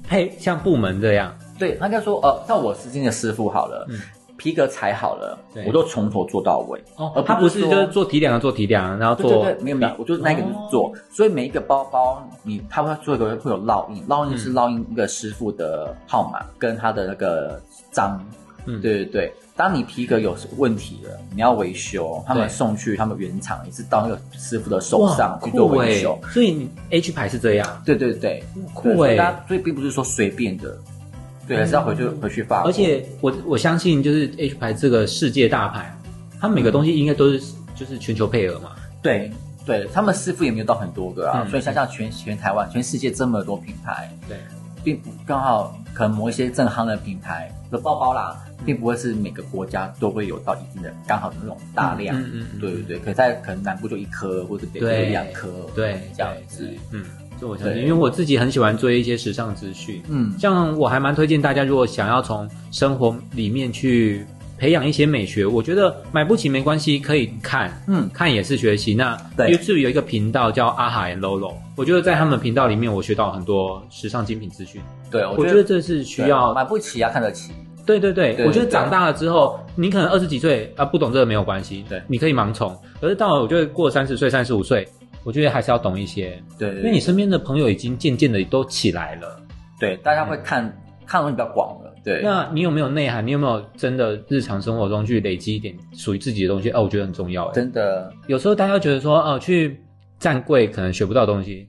Speaker 1: 配像部门这样。
Speaker 2: 对，他应该说呃，像我是今天的师傅好了，
Speaker 1: 嗯
Speaker 2: 皮革裁好了
Speaker 1: 对，
Speaker 2: 我都从头做到尾。
Speaker 1: 哦
Speaker 2: 而
Speaker 1: 他不
Speaker 2: 不是
Speaker 1: 是就
Speaker 2: 说
Speaker 1: 是做体两个做体两，然后
Speaker 2: 对对
Speaker 1: 做
Speaker 2: 对，哦没有没有，我就是那个就是做，所以每一个包包你它会做一个会有烙印，烙
Speaker 1: 嗯
Speaker 2: 印是烙印一个师傅的号码跟他的那个章，
Speaker 1: 嗯
Speaker 2: 对对对。当你皮革有问题了，你要维修，他们
Speaker 1: 对
Speaker 2: 送去他们原厂，也是到那个师傅的手
Speaker 1: 哇，
Speaker 2: 上去做
Speaker 1: 酷
Speaker 2: 维
Speaker 1: 哎
Speaker 2: 修。，
Speaker 1: 所以你 H 牌是这样，
Speaker 2: 对对对，对
Speaker 1: 酷
Speaker 2: 所以大
Speaker 1: 哎。
Speaker 2: 家所以并不是说随便的，对，还是要回去回去发。
Speaker 1: 嗯而且我我相信，就是 H 牌这个世界大牌，它
Speaker 2: 嗯
Speaker 1: 每个东西应该都是就是全球配额嘛。
Speaker 2: 对对，他们师傅也没有到很多个啊，
Speaker 1: 嗯
Speaker 2: 所以像像全全台湾、全世界这么多品牌，
Speaker 1: 对，
Speaker 2: 并不刚好可能某一些正夯的品牌的包包啦，
Speaker 1: 嗯
Speaker 2: 并不会是每个国家都会有到一定的刚好的那种大量。
Speaker 1: 嗯嗯嗯
Speaker 2: 对对对，可能在可能南部就一颗，或者北部就
Speaker 1: 对
Speaker 2: 一两颗，
Speaker 1: 对
Speaker 2: 这样子。
Speaker 1: 嗯，这我相信，
Speaker 2: 对
Speaker 1: 因为我自己很喜欢追一些时尚资讯，
Speaker 2: 嗯，
Speaker 1: 像我还蛮推荐大家，如果想要从生活里面去培养一些美学，我觉得买不起没关系，可以看，
Speaker 2: 嗯
Speaker 1: 看也是学习。那
Speaker 2: 对
Speaker 1: YouTube 有一个频道叫阿海 Lolo，我觉得在他们频道里面，我学到很多时尚精品资讯。
Speaker 2: 对，
Speaker 1: 我觉得这是需
Speaker 2: 对
Speaker 1: 要，
Speaker 2: 买不起啊，看得起。
Speaker 1: 对对对，
Speaker 2: 对
Speaker 1: 我觉得
Speaker 2: 对
Speaker 1: 长大了之后，你可能二十几岁啊不懂这个没有关系，
Speaker 2: 对
Speaker 1: 你可以盲从。可是到了我觉得过三十岁、三十五岁，我觉得还是要懂一些，
Speaker 2: 对，对
Speaker 1: 因为你身边的朋友已经渐渐的都起来了。
Speaker 2: 对大家会看看的东西比较广了。对，
Speaker 1: 嗯那你有没有内涵？你有没有真的日常生活中去累积一点属于自己的东西？哦、我觉得很重要。哎，
Speaker 2: 真的
Speaker 1: 有时候大家觉得说，哦、去站柜可能学不到东西，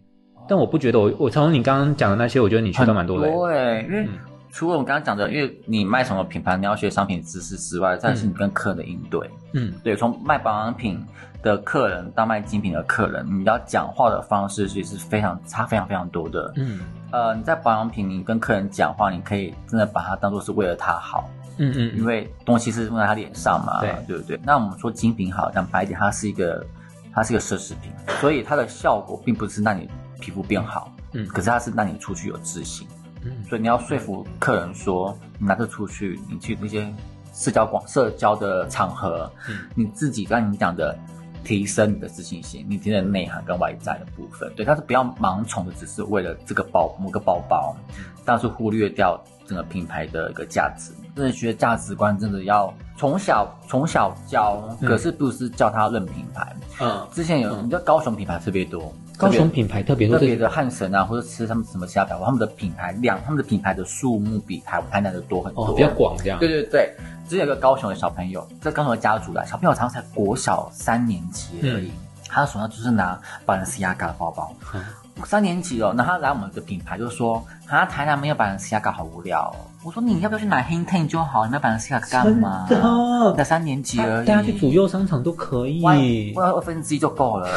Speaker 1: 但我不觉得我。我从你刚刚讲的那些，我觉得你学到蛮多的。
Speaker 2: 很多哎、因为
Speaker 1: 嗯
Speaker 2: 除了我们刚刚讲的，因为你卖什么品牌，你要学商品知识之外，再是你跟客人的应对。
Speaker 1: 嗯，
Speaker 2: 对，从卖保养品的客人到卖精品的客人，你要讲话的方式其实是非常差非常非常多的。
Speaker 1: 嗯
Speaker 2: 呃，你在保养品，你跟客人讲话，你可以真的把它当做是为了他好，
Speaker 1: 嗯嗯
Speaker 2: 因
Speaker 1: 嗯，
Speaker 2: 为东西是用在他脸上嘛，
Speaker 1: 对
Speaker 2: 对不对？那我们说精品好，讲白一点，它是一个它是一个奢侈品，所以它的效果并不是让你皮肤变好，
Speaker 1: 嗯
Speaker 2: 可是它是让你出去有自信。
Speaker 1: 嗯
Speaker 2: 所以你要说服客人说，你拿着出去，你去那些社交广社交的场合，
Speaker 1: 嗯
Speaker 2: 你自己刚才你讲的，提升你的自信心，你自己的内涵跟外在的部分，对，但是不要盲从的，只是为了这个包某个包包，
Speaker 1: 嗯
Speaker 2: 但是忽略掉整个品牌的一个价值。真的学价值观，真的要从小从小教，
Speaker 1: 嗯
Speaker 2: 可是不是教他认品牌。
Speaker 1: 嗯，
Speaker 2: 之前有，你知道高雄品牌特别多，
Speaker 1: 高
Speaker 2: 特别
Speaker 1: 雄品牌特别
Speaker 2: 特
Speaker 1: 多
Speaker 2: 别的汉神啊，或者吃他们什么其他百货，他们的品牌量，他们的品牌的数目比台台南的多很多，
Speaker 1: 哦，比较。广这样。
Speaker 2: 对对对，之前有个高雄的小朋友，这高雄的家族啦，小朋友常常才国小三年级而已，他手上就是拿 Balenciaga 的包包，
Speaker 1: 嗯
Speaker 2: 三年级哦，那他来我们的品牌就说，啊，台南没有 Balenciaga 好无聊、哦。我说你要不要去买 Hinten 就好，你买 Balenciaga 干
Speaker 1: <laughs>
Speaker 2: 嘛？
Speaker 1: 真的
Speaker 2: 那三年级而已，
Speaker 1: 啊大家去主右商场都可以，
Speaker 2: 万万二分之一就
Speaker 1: <laughs>
Speaker 2: 够了，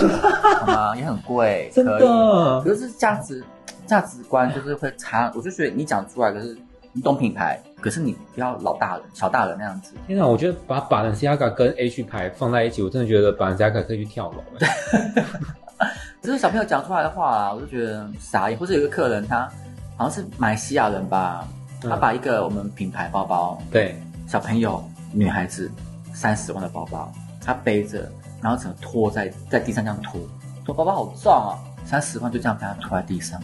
Speaker 2: 好吗？也很贵，
Speaker 1: 真
Speaker 2: 可以
Speaker 1: 的。
Speaker 2: 可是价值价值观就是会差，我就觉得你讲出来，可是你懂品牌，可是你不要老大人、小大人那样子。
Speaker 1: 天哪，我觉得把 Balenciaga 跟 H 牌放在一起，我真的觉得 Balenciaga 可以去跳楼。哎
Speaker 2: 只是小朋友讲出来的话啊，我就觉得傻眼。或者有一个客人他好像是马来西亚人吧，
Speaker 1: 嗯
Speaker 2: 他把一个我们品牌包包，
Speaker 1: 对，
Speaker 2: 小朋友女孩子三十万的包包，她背着。然后整个拖在在地上这样拖，说包包好重啊，三十块就这样被他拖在地上。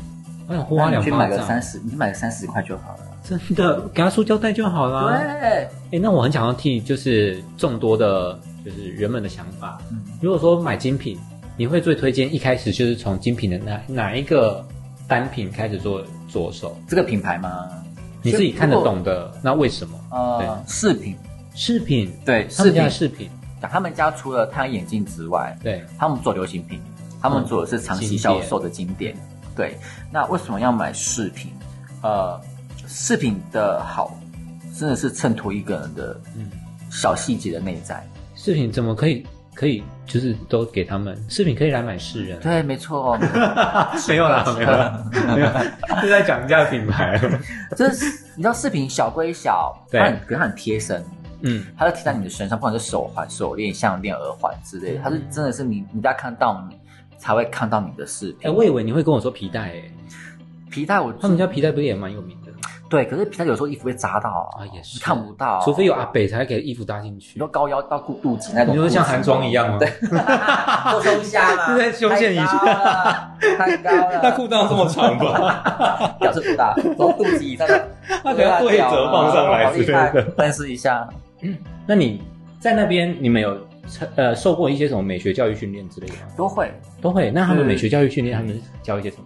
Speaker 1: 我想哎花
Speaker 2: 那
Speaker 1: 两
Speaker 2: 你去
Speaker 1: 巴
Speaker 2: 买个
Speaker 1: 掌
Speaker 2: 三，十，你买个三十块就好了。
Speaker 1: 真的给他塑胶袋就好啦。
Speaker 2: 对，
Speaker 1: 哎、那我很想要替就是众多的，就是人们的想法。
Speaker 2: 嗯
Speaker 1: 如果说买精品，你会最推荐一开始就是从精品的哪哪一个单品开始做着手？
Speaker 2: 这个品牌吗？
Speaker 1: 你自己看得
Speaker 2: 如果
Speaker 1: 懂的，那为什么？
Speaker 2: 呃，饰品，
Speaker 1: 饰品，
Speaker 2: 对，
Speaker 1: 他
Speaker 2: 饰
Speaker 1: 们家的。
Speaker 2: 品
Speaker 1: 饰品，
Speaker 2: 他们家除了太阳眼镜之外，
Speaker 1: 对，
Speaker 2: 他们做流行品，他们做的是长期销售的经典。
Speaker 1: 嗯
Speaker 2: 对，那为什么要买饰品？呃，饰品的好，真的是衬托一个人的
Speaker 1: 嗯，
Speaker 2: 小细节的内在。
Speaker 1: 饰品怎么可以可以就是都给他们？饰品可以来买世人？啊
Speaker 2: 对，
Speaker 1: <laughs>
Speaker 2: 没错，
Speaker 1: 没有啦，没有啦， <laughs> 没有，是在讲价品牌。
Speaker 2: 这是你知道饰品小归小，
Speaker 1: 对
Speaker 2: 它很可是它很贴身，
Speaker 1: 嗯，
Speaker 2: 它就贴在你的身上，不管是手环、手链、项链、耳环之
Speaker 1: 嗯
Speaker 2: 类的，它是真的是你你在看到你才会看到你的饰
Speaker 1: 哎、
Speaker 2: 品。
Speaker 1: 我以为你会跟我说皮带、哎，
Speaker 2: 皮带我
Speaker 1: 他们家皮带不是也蛮有名的？
Speaker 2: 对，可是皮带有时候衣服会扎到
Speaker 1: 啊
Speaker 2: 啊
Speaker 1: 也是
Speaker 2: 你看不到，
Speaker 1: 除非有阿北才给衣服搭进去
Speaker 2: 你说。高腰到肚肚脐那种，
Speaker 1: 你说像韩妆一样吗？ <laughs>
Speaker 2: 对，做胸下 <laughs> 嘛，
Speaker 1: 就在胸线以下
Speaker 2: 太高了，太高了，
Speaker 1: 裆这么长吧？
Speaker 2: <laughs> 表示不大，做肚脐以上的，
Speaker 1: <laughs> 他可能对折放上来之类的
Speaker 2: 啊好厉害但是一下，
Speaker 1: 那你在那边，你们有呃受过一些什么美学教育训练之类的吗？
Speaker 2: 都会。
Speaker 1: 都会。那他们
Speaker 2: 嗯
Speaker 1: 美学教育训练，他们教一些什么？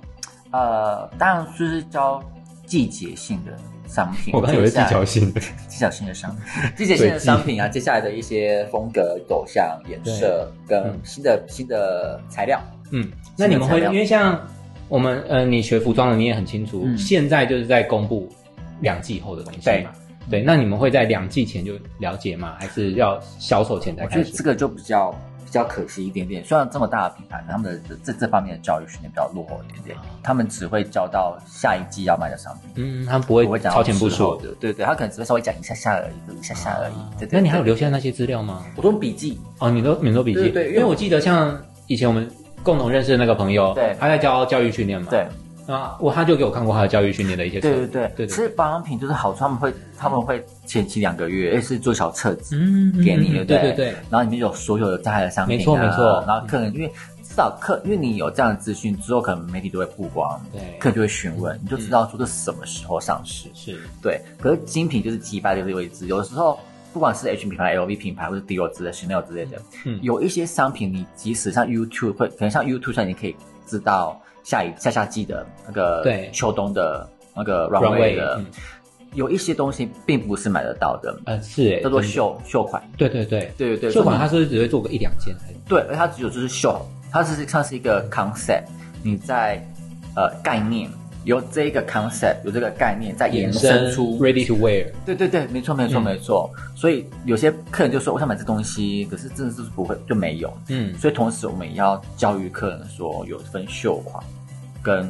Speaker 2: 呃，当然就是教季节性的商品，
Speaker 1: 我刚以为技
Speaker 2: 接下来
Speaker 1: 巧性的。
Speaker 2: 技巧性的商品， <laughs> 季节性的商品啊，接下来的一些风格走向、颜色跟
Speaker 1: 嗯
Speaker 2: 新的新的材料，
Speaker 1: <laughs> 嗯，那你们会
Speaker 2: 材料
Speaker 1: 因为像我们呃，你学服装的你也很清楚，
Speaker 2: 嗯
Speaker 1: 现在就是在公布两季后的东西嘛。对，那你们会在两季前就了解吗？还是要销售前才
Speaker 2: 我觉
Speaker 1: 开
Speaker 2: 得
Speaker 1: 始
Speaker 2: 这？个就比较比较可惜一点点。虽然这么大的品牌，他们的这这方面的教育训练比较落后一点点，他们只会教到下一季要卖的商品，
Speaker 1: 嗯，他们不
Speaker 2: 不
Speaker 1: 会
Speaker 2: 会讲到
Speaker 1: 超前部
Speaker 2: 之后
Speaker 1: 署。
Speaker 2: 的。对对，他可能只会稍微讲一下下而已，一下下而已。对对
Speaker 1: 那你还有
Speaker 2: 对
Speaker 1: 留下那些资料吗？
Speaker 2: 我都用笔记，
Speaker 1: 哦，你都你都笔记，
Speaker 2: 对对因
Speaker 1: 因
Speaker 2: 为
Speaker 1: 为我记得像以前我们共同认识的那个朋友，
Speaker 2: 对
Speaker 1: 他在教教育训练嘛，
Speaker 2: 对
Speaker 1: 啊，我他就给我看过他的教育训练的一些册
Speaker 2: 对
Speaker 1: 子，
Speaker 2: 对对
Speaker 1: 对对
Speaker 2: 其实保养品就是好处，他们会他们会前期两个月也是做小册子，
Speaker 1: 嗯，嗯
Speaker 2: 给你
Speaker 1: 嗯对
Speaker 2: 对不对
Speaker 1: 对对，
Speaker 2: 然后里面有所有的大家的商品、啊，
Speaker 1: 没错没错
Speaker 2: 然后客人因为至少客，因为你有这样的资讯之后，可能媒体都会曝光，
Speaker 1: 对
Speaker 2: 客人就会询问，你就知道说这是什么时候上市。
Speaker 1: 是，
Speaker 2: 对，可是精品就是击败这个位置，有的时候不管是 H 品牌、LV 品牌或者 Dior 之类、Chanel 之类的，
Speaker 1: 嗯
Speaker 2: 有一些商品你即使像 YouTube 会，可能像 YouTube 上你可以知道下一下下季的那个
Speaker 1: 对
Speaker 2: 秋冬的那个 runway
Speaker 1: Runway，
Speaker 2: 的，
Speaker 1: 嗯
Speaker 2: 有一些东西并不是买得到的，
Speaker 1: 呃，是哎，
Speaker 2: 叫做
Speaker 1: 真的，
Speaker 2: 秀秀款。
Speaker 1: 对对对，
Speaker 2: 对对对，
Speaker 1: 秀款
Speaker 2: 它
Speaker 1: 他是不是只会做个一两件，还是
Speaker 2: 对，而且它只有就是秀，它只是像是一个 concept，你在呃概念。由这一个 concept，由这个概念再延伸出
Speaker 1: ready to wear，
Speaker 2: 对对对，没错没错
Speaker 1: 嗯
Speaker 2: 没错。所以有些客人就说我想买这东西，可是真的就是不会就没有。
Speaker 1: 嗯，
Speaker 2: 所以同时我们也要教育客人说有分秀款跟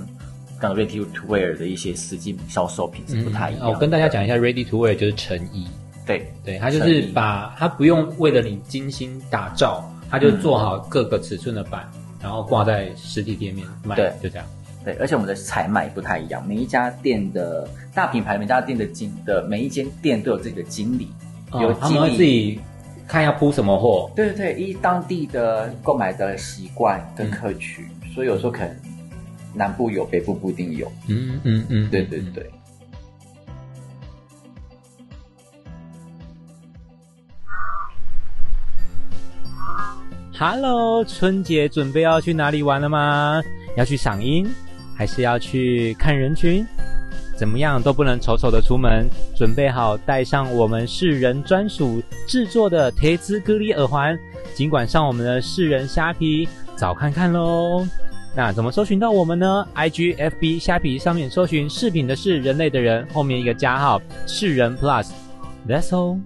Speaker 2: 刚刚 ready to wear 的一些实际销售品是不太一样
Speaker 1: 嗯
Speaker 2: 的。
Speaker 1: 我跟大家讲一下，ready to wear 就是成衣，
Speaker 2: 对
Speaker 1: 对，它就
Speaker 2: 成
Speaker 1: 是
Speaker 2: 衣
Speaker 1: 把它不用为了你精心打造，它就
Speaker 2: 嗯
Speaker 1: 做好各个尺寸的版，然后挂在实体店面卖，
Speaker 2: 对
Speaker 1: 就这样。
Speaker 2: 对，而且我们的采买不太一样，每一家店的大品牌每家店的经的每一间店都有自己的经理，有
Speaker 1: 哦，他们
Speaker 2: 经
Speaker 1: 会
Speaker 2: 理
Speaker 1: 自己看要铺什么货，
Speaker 2: 对对对，依当地的购买的习惯跟
Speaker 1: 嗯
Speaker 2: 客群，所以有时候可能南部有，北部不一定有。
Speaker 1: 嗯嗯嗯，
Speaker 2: 对对
Speaker 1: 嗯。
Speaker 2: 对。
Speaker 1: Hello，春节准备要去哪里玩了吗？要去赏樱，还是要去看人群？怎么样都不能丑丑的出门，准备好带上我们世人专属制作的铁兹格里耳环，尽管上我们的世人虾皮找看看喽。那怎么搜寻到我们呢？IG、FB、虾皮上面搜寻“饰品”的是人类的人，后面一个加号，世人 Plus。That's all。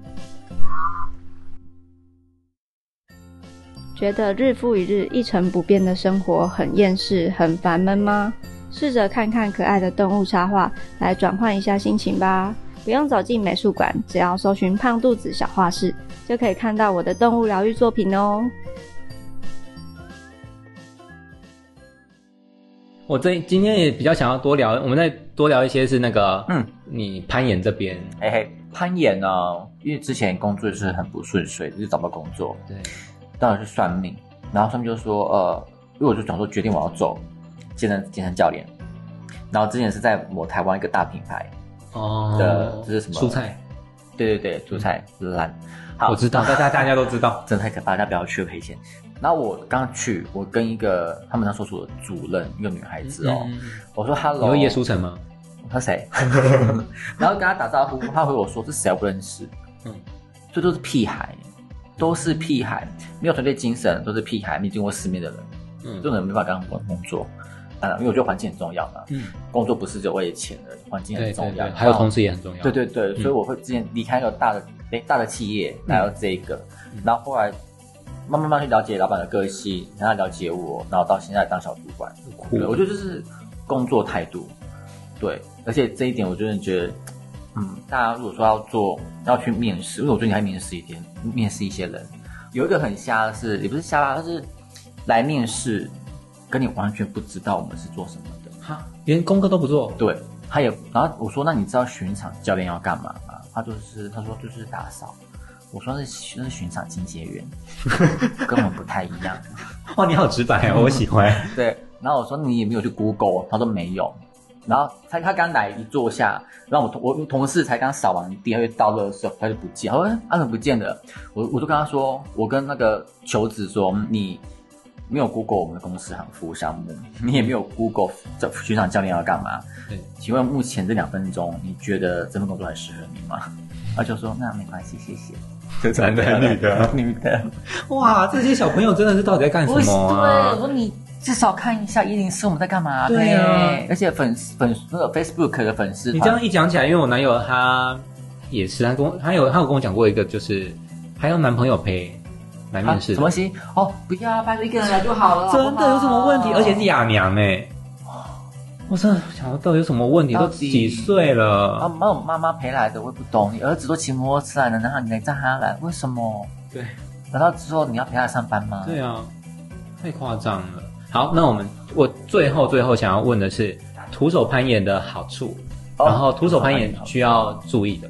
Speaker 4: 觉得日复一日一成不变的生活很厌世、很烦闷吗？试着看看可爱的动物插画，来转换一下心情吧。不用走进美术馆，只要搜寻“胖肚子小画室”，就可以看到我的动物疗愈作品哦。
Speaker 1: 我这今天也比较想要多聊，我们再多聊一些是那个，
Speaker 2: 嗯，
Speaker 1: 你攀岩这边，
Speaker 2: 哎嘿，攀岩哦呢，因为之前工作就是很不顺遂，就是找不到工作，
Speaker 1: 对，
Speaker 2: 当然去算命，然后他们就说，呃，因为我就想说决定我要走健身健身教练，然后之前是在我台湾一个大品牌，
Speaker 1: 哦
Speaker 2: 的这是什么
Speaker 1: 蔬菜？
Speaker 2: 对对对，主菜蓝，好，
Speaker 1: 嗯我知道，大家大家都知道。
Speaker 2: <laughs> 真的太可怕，大家不要去赔钱。然后我刚去，我跟一个他们那所属的主任，一个女孩子哦，
Speaker 1: 嗯
Speaker 2: 我说
Speaker 1: 你
Speaker 2: “hello”，
Speaker 1: 会叶书成吗？
Speaker 2: 他
Speaker 1: <laughs>
Speaker 2: 谁？然后跟他打招呼，他回我说：“这谁我不认识？”
Speaker 1: 嗯，
Speaker 2: 嗯这都是屁孩，都是屁孩，没有团队精神，都是屁孩，没见过世面的人，
Speaker 1: 嗯
Speaker 2: 这种人没办法跟我工作。啊，因为我觉得环境很重要嘛，
Speaker 1: 嗯，
Speaker 2: 工作不是只为了钱而已，环境
Speaker 1: 对
Speaker 2: 很重
Speaker 1: 对
Speaker 2: 要
Speaker 1: 对，。还有同
Speaker 2: 同
Speaker 1: 事也很重要。嗯
Speaker 2: 对对对，所以我会之前离开一个大的诶大的企业来到这一个，
Speaker 1: 嗯
Speaker 2: 然后后来慢慢慢慢去了解老板的个性，然后了解我，然后到现在当小主管。
Speaker 1: 酷
Speaker 2: 对，我觉得就是工作态度，对，而且这一点我真的觉得，嗯，大家如果说要做要去面试，因为我最近还面试一天，面试一些人，有一个很瞎的是，也不是瞎吧，他是来面试，跟你完全不知道我们是做什么的，
Speaker 1: 哈，连功课都不做。
Speaker 2: 对，他也，然后我说那你知道巡场教练要干嘛吗？他就是他说就是打扫。我说那是那是巡场清洁员，根本不太一样。
Speaker 1: 哇，你好直白哦，我喜欢。
Speaker 2: 对，然后我说你有没有去 Google？他说没有。然后他他刚来一坐下，然后我同我同事才刚扫完地，他就倒垃圾，他就不见，他说哎阿伦不见了。我我就跟他说，我跟那个求职说，嗯你没有 Google 我们的公司行服务项目，你也没有 Google 这学长教练要干嘛？
Speaker 1: 对
Speaker 2: 请问目前这两分钟，你觉得这份工作还适合你吗？他就说那没关系，谢谢。
Speaker 1: 男的女的啊
Speaker 2: 女的，
Speaker 1: 哇，这些小朋友真的是到底在干什
Speaker 2: 不是，
Speaker 1: 么
Speaker 2: 对，我
Speaker 1: 啊？
Speaker 2: 说你至少看一下一零四我们在干嘛呗。
Speaker 1: 对啊
Speaker 2: 而且粉丝粉那个 Facebook 的粉丝团，
Speaker 1: 你这样一讲起来，因为我男友他也是，他跟我他有他有跟我讲过一个，就是还有男朋友陪来面
Speaker 2: 啊
Speaker 1: 试
Speaker 2: 什
Speaker 1: 的、
Speaker 2: 么西？哦，不要啊，拜托一个人来就好了。
Speaker 1: 真的有什么问题？而且是哑娘哎、我真的想不到底有什么问题，
Speaker 2: 到
Speaker 1: 都
Speaker 2: 底
Speaker 1: 几岁
Speaker 2: 啊，
Speaker 1: 了？
Speaker 2: 没有妈妈陪来的，我也不懂。你儿子都骑摩托车来了，然后你来叫他来，为什么？
Speaker 1: 对
Speaker 2: 难道之后你要陪他上班吗？
Speaker 1: 对啊，太夸张了。好，那我们我最后最后想要问的是，徒手攀岩的好处，
Speaker 2: 哦
Speaker 1: 然后徒手攀岩
Speaker 2: 徒手攀岩
Speaker 1: 需要注意的。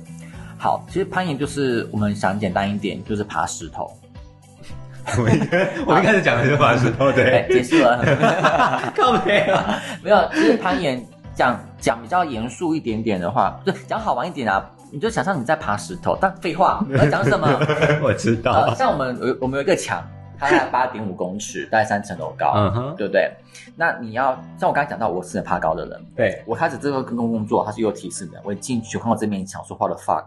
Speaker 2: 好，其实攀岩就是我们想简单一点，就是爬石头。
Speaker 1: <laughs> 我一开我一开始讲的是法石头，
Speaker 2: 哎，，结束了。
Speaker 1: <laughs> 靠背 <laughs> 啊，
Speaker 2: 没有，就是攀岩讲讲比较严肃一点点的话，就讲好玩一点啊。你就想象你在爬石头，但废话，我要讲
Speaker 1: <laughs>
Speaker 2: 什么？
Speaker 1: 我知
Speaker 2: 呃，。像我们有我们有一个墙，它大概八点五公尺，大概三层楼高，
Speaker 1: 嗯哼，
Speaker 2: 对不对？那你要像我刚才讲到，我是很怕高的人，
Speaker 1: 对，
Speaker 2: 我开始这个工工作，它是有提示的。我一进去我看到这面墙，说 What the fuck，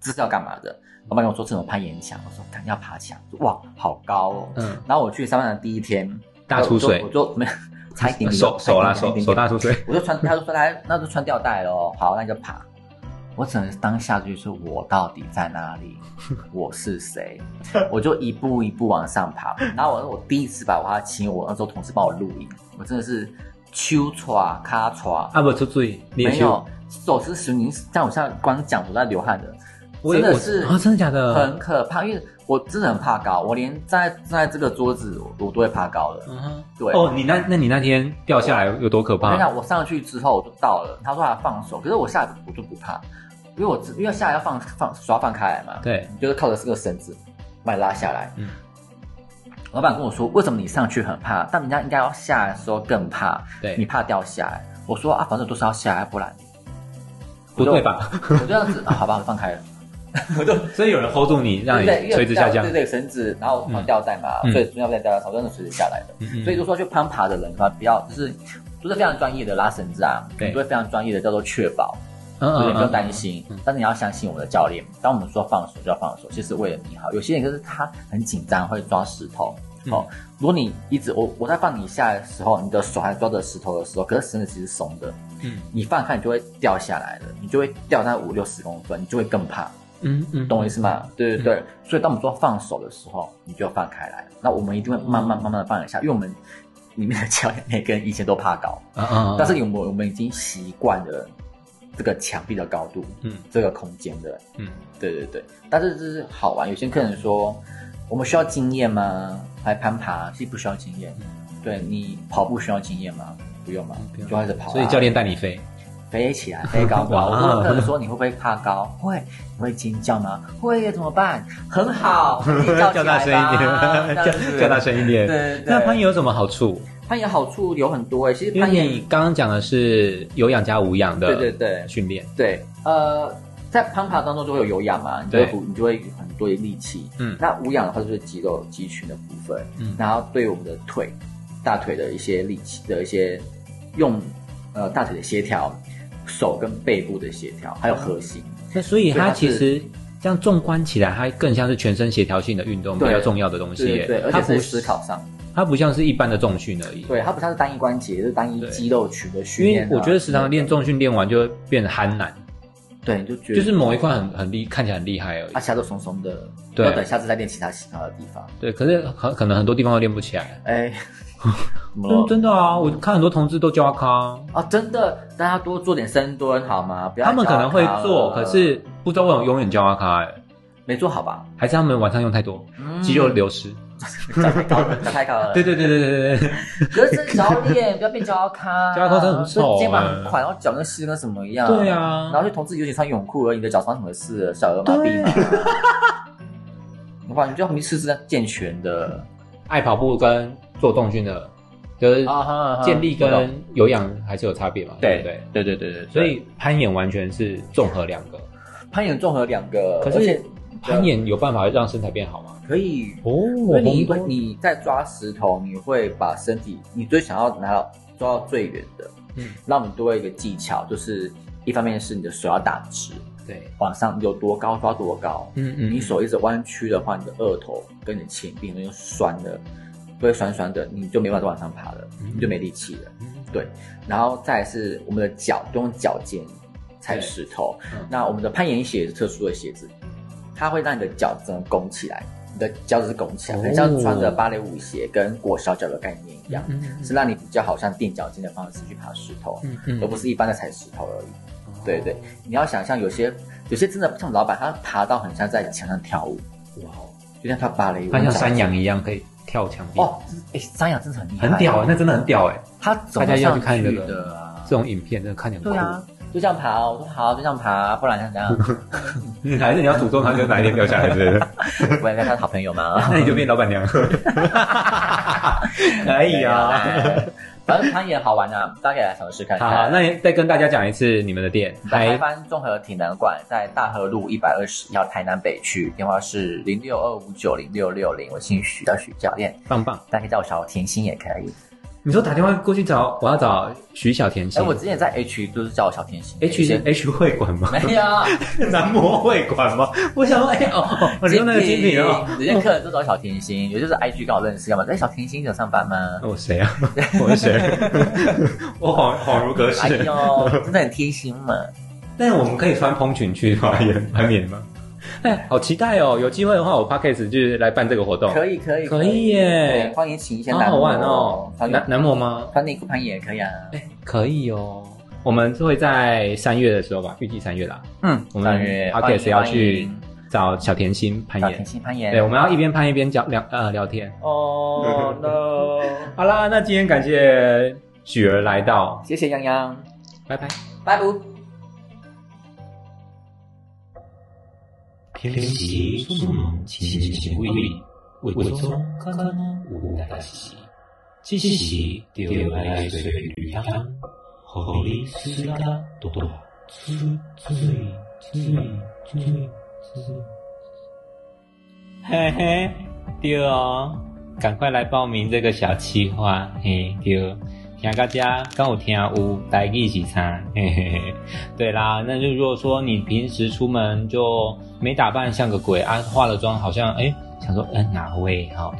Speaker 2: 这是要干嘛的？老板跟我说这种攀岩墙，我说看要爬墙，哇，好高哦。
Speaker 1: 嗯，
Speaker 2: 然后我去上班的第一天，
Speaker 1: 大出水
Speaker 2: 我就我就没有，差一点点
Speaker 1: 手手啦，手手，
Speaker 2: 差一点点
Speaker 1: 大出水。
Speaker 2: 我就穿，他就说来，那就穿吊带喽。好，那就爬。我只能当下就是我到底在哪
Speaker 1: <laughs>
Speaker 2: 里，我是谁，我就一步一步往上爬。然后我我第一次吧，我还请我那时候同事帮我录影，我真的是秋抓咔抓，
Speaker 1: <laughs> 啊，不出水，你
Speaker 2: 没有手是使您，但我现在光讲我在流汗的，
Speaker 1: 我
Speaker 2: 真
Speaker 1: 也
Speaker 2: 的
Speaker 1: 我
Speaker 2: 是
Speaker 1: 啊，真的假的？
Speaker 2: 很可怕，因为我真的很怕高，我连站在站在这个桌子我我都会怕高的。
Speaker 1: 嗯哼，
Speaker 2: 对
Speaker 1: 哦，你那那你那天掉下来有多可
Speaker 2: 我跟你
Speaker 1: 怕？
Speaker 2: 讲，我上去之后我就到了，他说他放手，可是我下来我就不怕，因为我知因为下来要放放手要放开来嘛，，
Speaker 1: 对，
Speaker 2: 你就是靠着这个绳子把你拉下来。
Speaker 1: 嗯
Speaker 2: 老板跟我说，为什么你上去很怕，但人家应该要下来的时候更怕，
Speaker 1: 对
Speaker 2: 你怕掉下来。我说啊，反正都是要下来，不然
Speaker 1: 不对吧？
Speaker 2: 我就这样子，啊好吧，我放开了，
Speaker 1: 所以有人 hold 住你，让你
Speaker 2: 对，因为
Speaker 1: 垂直下降
Speaker 2: 对。对，绳子，然后绑
Speaker 1: 嗯
Speaker 2: 吊带嘛，
Speaker 1: 嗯
Speaker 2: 所以吊带吊带从真的垂直下来的。
Speaker 1: 嗯
Speaker 2: 所以就说去攀爬的人的话，比较就是都是非常专业的拉绳子啊，
Speaker 1: 对
Speaker 2: 都会非常专业的叫做确保，
Speaker 1: 嗯
Speaker 2: 所以
Speaker 1: 嗯
Speaker 2: 你不用
Speaker 1: 嗯，
Speaker 2: 担心。但是你要相信我们的教练，当我们说放手就要放手，其实为了你好。有些人就是他很紧张会抓石头。
Speaker 1: 嗯
Speaker 2: 哦，如果你一直我我在放你下来的时候，你的手还抓着石头的时候，可是绳子其实松的，
Speaker 1: 嗯
Speaker 2: 你放开你就会掉下来了，你就会掉那五六十公分，你就会更怕。
Speaker 1: 嗯嗯，
Speaker 2: 懂我意思吗？对对对，所以当我们说放手的时候，你就放开来。那我们一定会慢慢慢慢的放得下，因为我们里面的教练每个人以前都怕高，
Speaker 1: 啊啊！
Speaker 2: 但是我们我们已经习惯了这个墙壁的高度，
Speaker 1: 嗯
Speaker 2: 这个空间的，
Speaker 1: 嗯，
Speaker 2: 对对对。但是这是好玩，有些客人说我们需要经验吗？来攀爬其实不需要经验，对你跑步需要经验吗？不用嘛
Speaker 1: 嗯嗯不，用
Speaker 2: 就开始跑啊、
Speaker 1: 所以教练带你飞，
Speaker 2: 飞起来，飞高
Speaker 1: <laughs>
Speaker 2: 高。
Speaker 1: 哇
Speaker 2: 我跟我客人说，你会不会怕高？会，你会尖叫吗？会，怎么办？很
Speaker 1: <laughs>
Speaker 2: 好，你叫
Speaker 1: 叫大声一
Speaker 2: <laughs>
Speaker 1: 点， <laughs> 叫叫大
Speaker 2: 声。
Speaker 1: 声一点。
Speaker 2: 对对
Speaker 1: 那攀岩有什么好处？
Speaker 2: 攀岩好处有很多诶、欸其实
Speaker 1: 因为
Speaker 2: 攀
Speaker 1: 你
Speaker 2: 岩，
Speaker 1: 刚刚讲的是有氧加无氧的，
Speaker 2: 对对对
Speaker 1: 训练。
Speaker 2: 对，呃，在攀爬当中就会有有氧嘛，你就
Speaker 1: 对
Speaker 2: 会补，你就会很多的力气。
Speaker 1: 嗯
Speaker 2: 那无氧的话就是肌肉肌群的部分，
Speaker 1: 嗯
Speaker 2: 然后对我们的腿、大腿的一些力气的一些用，呃，大腿的协调，手跟背部的协调，还有核心。
Speaker 1: 那所以
Speaker 2: 对它
Speaker 1: 它
Speaker 2: 是
Speaker 1: 其实这样纵观起来，它更像是全身协调性的运动比
Speaker 2: 对
Speaker 1: 较重要的东西
Speaker 2: 对
Speaker 1: 耶。
Speaker 2: 对对，而
Speaker 1: 它
Speaker 2: 且
Speaker 1: 不
Speaker 2: 是思考上，
Speaker 1: 它不像是一般的重训而已。
Speaker 2: 对，它不像是单一关节，是单一
Speaker 1: 对
Speaker 2: 肌肉群的训
Speaker 1: 因为
Speaker 2: 练啊。
Speaker 1: 我觉得时常练重训练完就会变得憨懒，
Speaker 2: 对，你就觉得
Speaker 1: 就是某一块很很厉，看起来很厉害而已
Speaker 2: 啊，。其他都松松的，
Speaker 1: 对
Speaker 2: 要等下次再练其他其他的地方。
Speaker 1: 对，可是很可能很多地方都练不起来。 <laughs>
Speaker 2: 哎，
Speaker 3: 怎
Speaker 2: 哦
Speaker 3: 么
Speaker 1: 真
Speaker 3: 了？
Speaker 1: 真的啊，我看很多同志都教咖，
Speaker 2: 啊，真的，大家多做点深蹲好吗？不要
Speaker 1: 他们可能会
Speaker 2: 再啊教
Speaker 1: 做，
Speaker 2: 了
Speaker 1: 可是不知道为什么永远教咖哎，
Speaker 2: 没做好吧？
Speaker 1: 还是他们晚上用太多，
Speaker 2: 嗯
Speaker 1: 肌肉流失。
Speaker 2: 长太高了，长太高
Speaker 1: <laughs>
Speaker 2: 了。
Speaker 1: 对对对对对对对，
Speaker 2: 可是只要练，不要变焦咖。啊
Speaker 1: 焦咖真的很丑
Speaker 2: 就肩膀很宽，然后脚跟湿跟什么一样。
Speaker 1: 对啊
Speaker 2: 然后就同志尤其穿泳裤而已，你的脚穿什么事了？小儿麻痹嘛。哇，你就要吃是健全的
Speaker 1: 爱跑步跟做重训的，就是
Speaker 2: 哈
Speaker 1: 健力
Speaker 2: 我懂
Speaker 1: 跟有氧还是有差别嘛，对
Speaker 2: 啊对
Speaker 1: 不对？
Speaker 2: 对对对对，
Speaker 1: 所以攀岩完全是综合两个，
Speaker 2: 攀岩综合两个，
Speaker 1: 可
Speaker 2: 而且
Speaker 1: 是攀岩有办法让身材变好吗？
Speaker 2: 可以
Speaker 1: 哦，
Speaker 2: 所以你
Speaker 1: 红多
Speaker 2: 你在抓石头，你会把身体你最想要拿到抓到最远的，
Speaker 1: 嗯
Speaker 2: 嗯，那我们多一个技巧，就是一方面是你的手要打直，
Speaker 1: 对，
Speaker 2: 往上有多高抓多高，
Speaker 1: 嗯嗯，
Speaker 2: 你手一直弯曲的话，你的二头跟你的前臂很容易酸的，都会酸酸的，你就没办法往上爬了，
Speaker 1: 嗯
Speaker 2: 你就没力气了。
Speaker 1: 嗯
Speaker 2: 对，然后再来是我们的脚都用脚尖踩
Speaker 1: 对
Speaker 2: 石头
Speaker 1: 嗯。
Speaker 2: 那我们的攀岩鞋是特殊的鞋子，它会让你的脚整个拱起来，你的脚趾是拱起来，
Speaker 1: 哦
Speaker 2: 很像穿着芭蕾舞鞋跟裹小脚的概念一样，
Speaker 1: 嗯嗯
Speaker 2: 是让你比较好像垫脚尖的方式去爬石头，
Speaker 1: 嗯嗯
Speaker 2: 而不是一般的踩石头而已。对对，你要想象有些有些真的像老板，他爬到很像在墙上跳舞，
Speaker 1: 哇哦，
Speaker 2: 就像跳芭蕾舞，
Speaker 1: 它像山羊一样可以跳墙壁，
Speaker 2: 哦，哎，山羊真的很厉害，
Speaker 1: 很屌，那真的很屌哎！
Speaker 2: 他走
Speaker 1: 大家
Speaker 2: 得
Speaker 1: 要
Speaker 2: 上
Speaker 1: 去看
Speaker 2: 去
Speaker 1: 这
Speaker 2: 的
Speaker 1: 个
Speaker 2: 啊
Speaker 1: 这。种影片，真的看起来
Speaker 2: 对
Speaker 1: 很
Speaker 2: 啊，就这样爬哦、我说好，就这样爬，不然想
Speaker 1: <laughs>
Speaker 2: 怎样？
Speaker 1: 酷，还是你要诅咒它，就哪一天掉下来 <laughs> 之类的，
Speaker 2: 我也在看好朋友嘛。
Speaker 1: 那你就变老板 <laughs> 娘。可以啊，
Speaker 2: 哎，反正攀岩好玩啊，大家也来尝试看看。
Speaker 1: 好，那你再跟大家讲一次你们的店，
Speaker 2: 台
Speaker 1: 还
Speaker 2: 湾综合体能馆在大河路一百二十一号台南北区，电话是零六二五九零六六零，我姓许，叫许教练，
Speaker 1: 哎棒棒。
Speaker 2: 大家可以叫我小甜心也可以。
Speaker 1: 你说打电话过去找，我要找徐小甜
Speaker 2: 哎、
Speaker 1: 心
Speaker 2: 我之前在 H 就是叫我小甜心
Speaker 1: ，H 是
Speaker 2: 先
Speaker 1: H 会馆吗？
Speaker 2: 没有，
Speaker 1: <laughs> 男模会馆吗？我想说，哎、哦哦，我用那个精品哦。
Speaker 2: 有些客人都找小甜心，有些是 IG 刚好认识，干嘛？哎，小甜心有上班吗？
Speaker 1: 那我谁啊？ <laughs> 我是谁？我恍恍如隔
Speaker 2: 哎
Speaker 1: 世。
Speaker 2: 呦，真的很贴心嘛！
Speaker 1: 但是我们可以穿蓬裙去攀岩攀岩吗？ <laughs> 哎，好期待哦！有机会的话，我 podcast 就是来办这个活动，
Speaker 2: 可以可以
Speaker 1: 哦可以耶
Speaker 2: 对欢迎请一些
Speaker 1: 好
Speaker 2: 男
Speaker 1: 好玩
Speaker 2: 模
Speaker 1: 哦。
Speaker 2: 穿
Speaker 1: 男男模吗？
Speaker 2: 穿内裤攀岩也可以啊。
Speaker 1: 哎，可以哦。我们会在三月的时候吧，预计三月啦。
Speaker 2: 嗯，
Speaker 1: 我们 podcast 要去找小甜心攀
Speaker 2: 小
Speaker 1: 岩
Speaker 2: 甜。心攀
Speaker 1: 对，
Speaker 2: 岩
Speaker 1: 我。们要一边攀一边讲聊呃聊天。
Speaker 2: 哦 no！
Speaker 1: 好啦，那今天感谢雪儿来到，
Speaker 2: 谢谢洋洋，
Speaker 1: 拜拜。
Speaker 2: 拜拜。
Speaker 5: 天喜出门前是为为为中刚刚有代志，这是时就来做旅行，互你水啦啦大水水水水水。
Speaker 1: 嘿嘿，对哦，赶快来报名这个小企划，嘿对，听大家刚啊有听有台语是啥，嘿嘿嘿，对啦，那就如果说你平时出门就没打扮像个鬼啊，化了妆好像哎想说嗯哪位哈、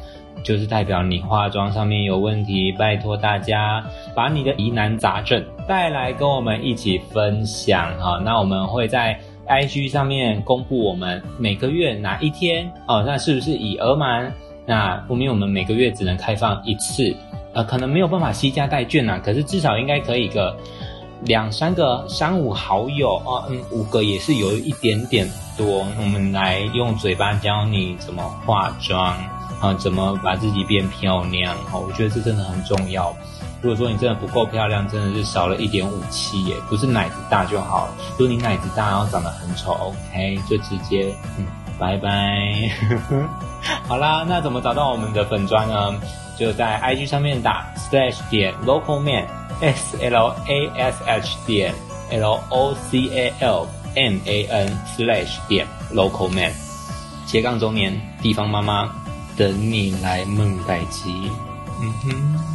Speaker 1: 就是代表你化妆上面有问题，拜托大家把你的疑难杂症带来跟我们一起分享哈。那我们会在 IG 上面公布我们每个月哪一天哦，那是不是以额满？那因为我们每个月只能开放一次，呃，可能没有办法惜家带眷呐、可是至少应该可以个两三个、三五好友哦，嗯，五个也是有一点点多。我们来用嘴巴教你怎么化妆，
Speaker 5: 啊，怎么把自己变漂亮？哈，
Speaker 1: 哦
Speaker 5: 我觉得这真的很重要。如果说你真的不够漂亮，真的是少了一点武器耶，不是奶子大就好了。如果你奶子大，然后长得很丑，OK，就直接嗯，拜 <laughs> 拜。好啦，那怎么找到我们的粉砖呢？就在 IG 上面打 slash 点 local man s l a s h 点 l o c a l m a n slash 点 local man 斜杠中年地方妈妈等你来梦代机。嗯哼。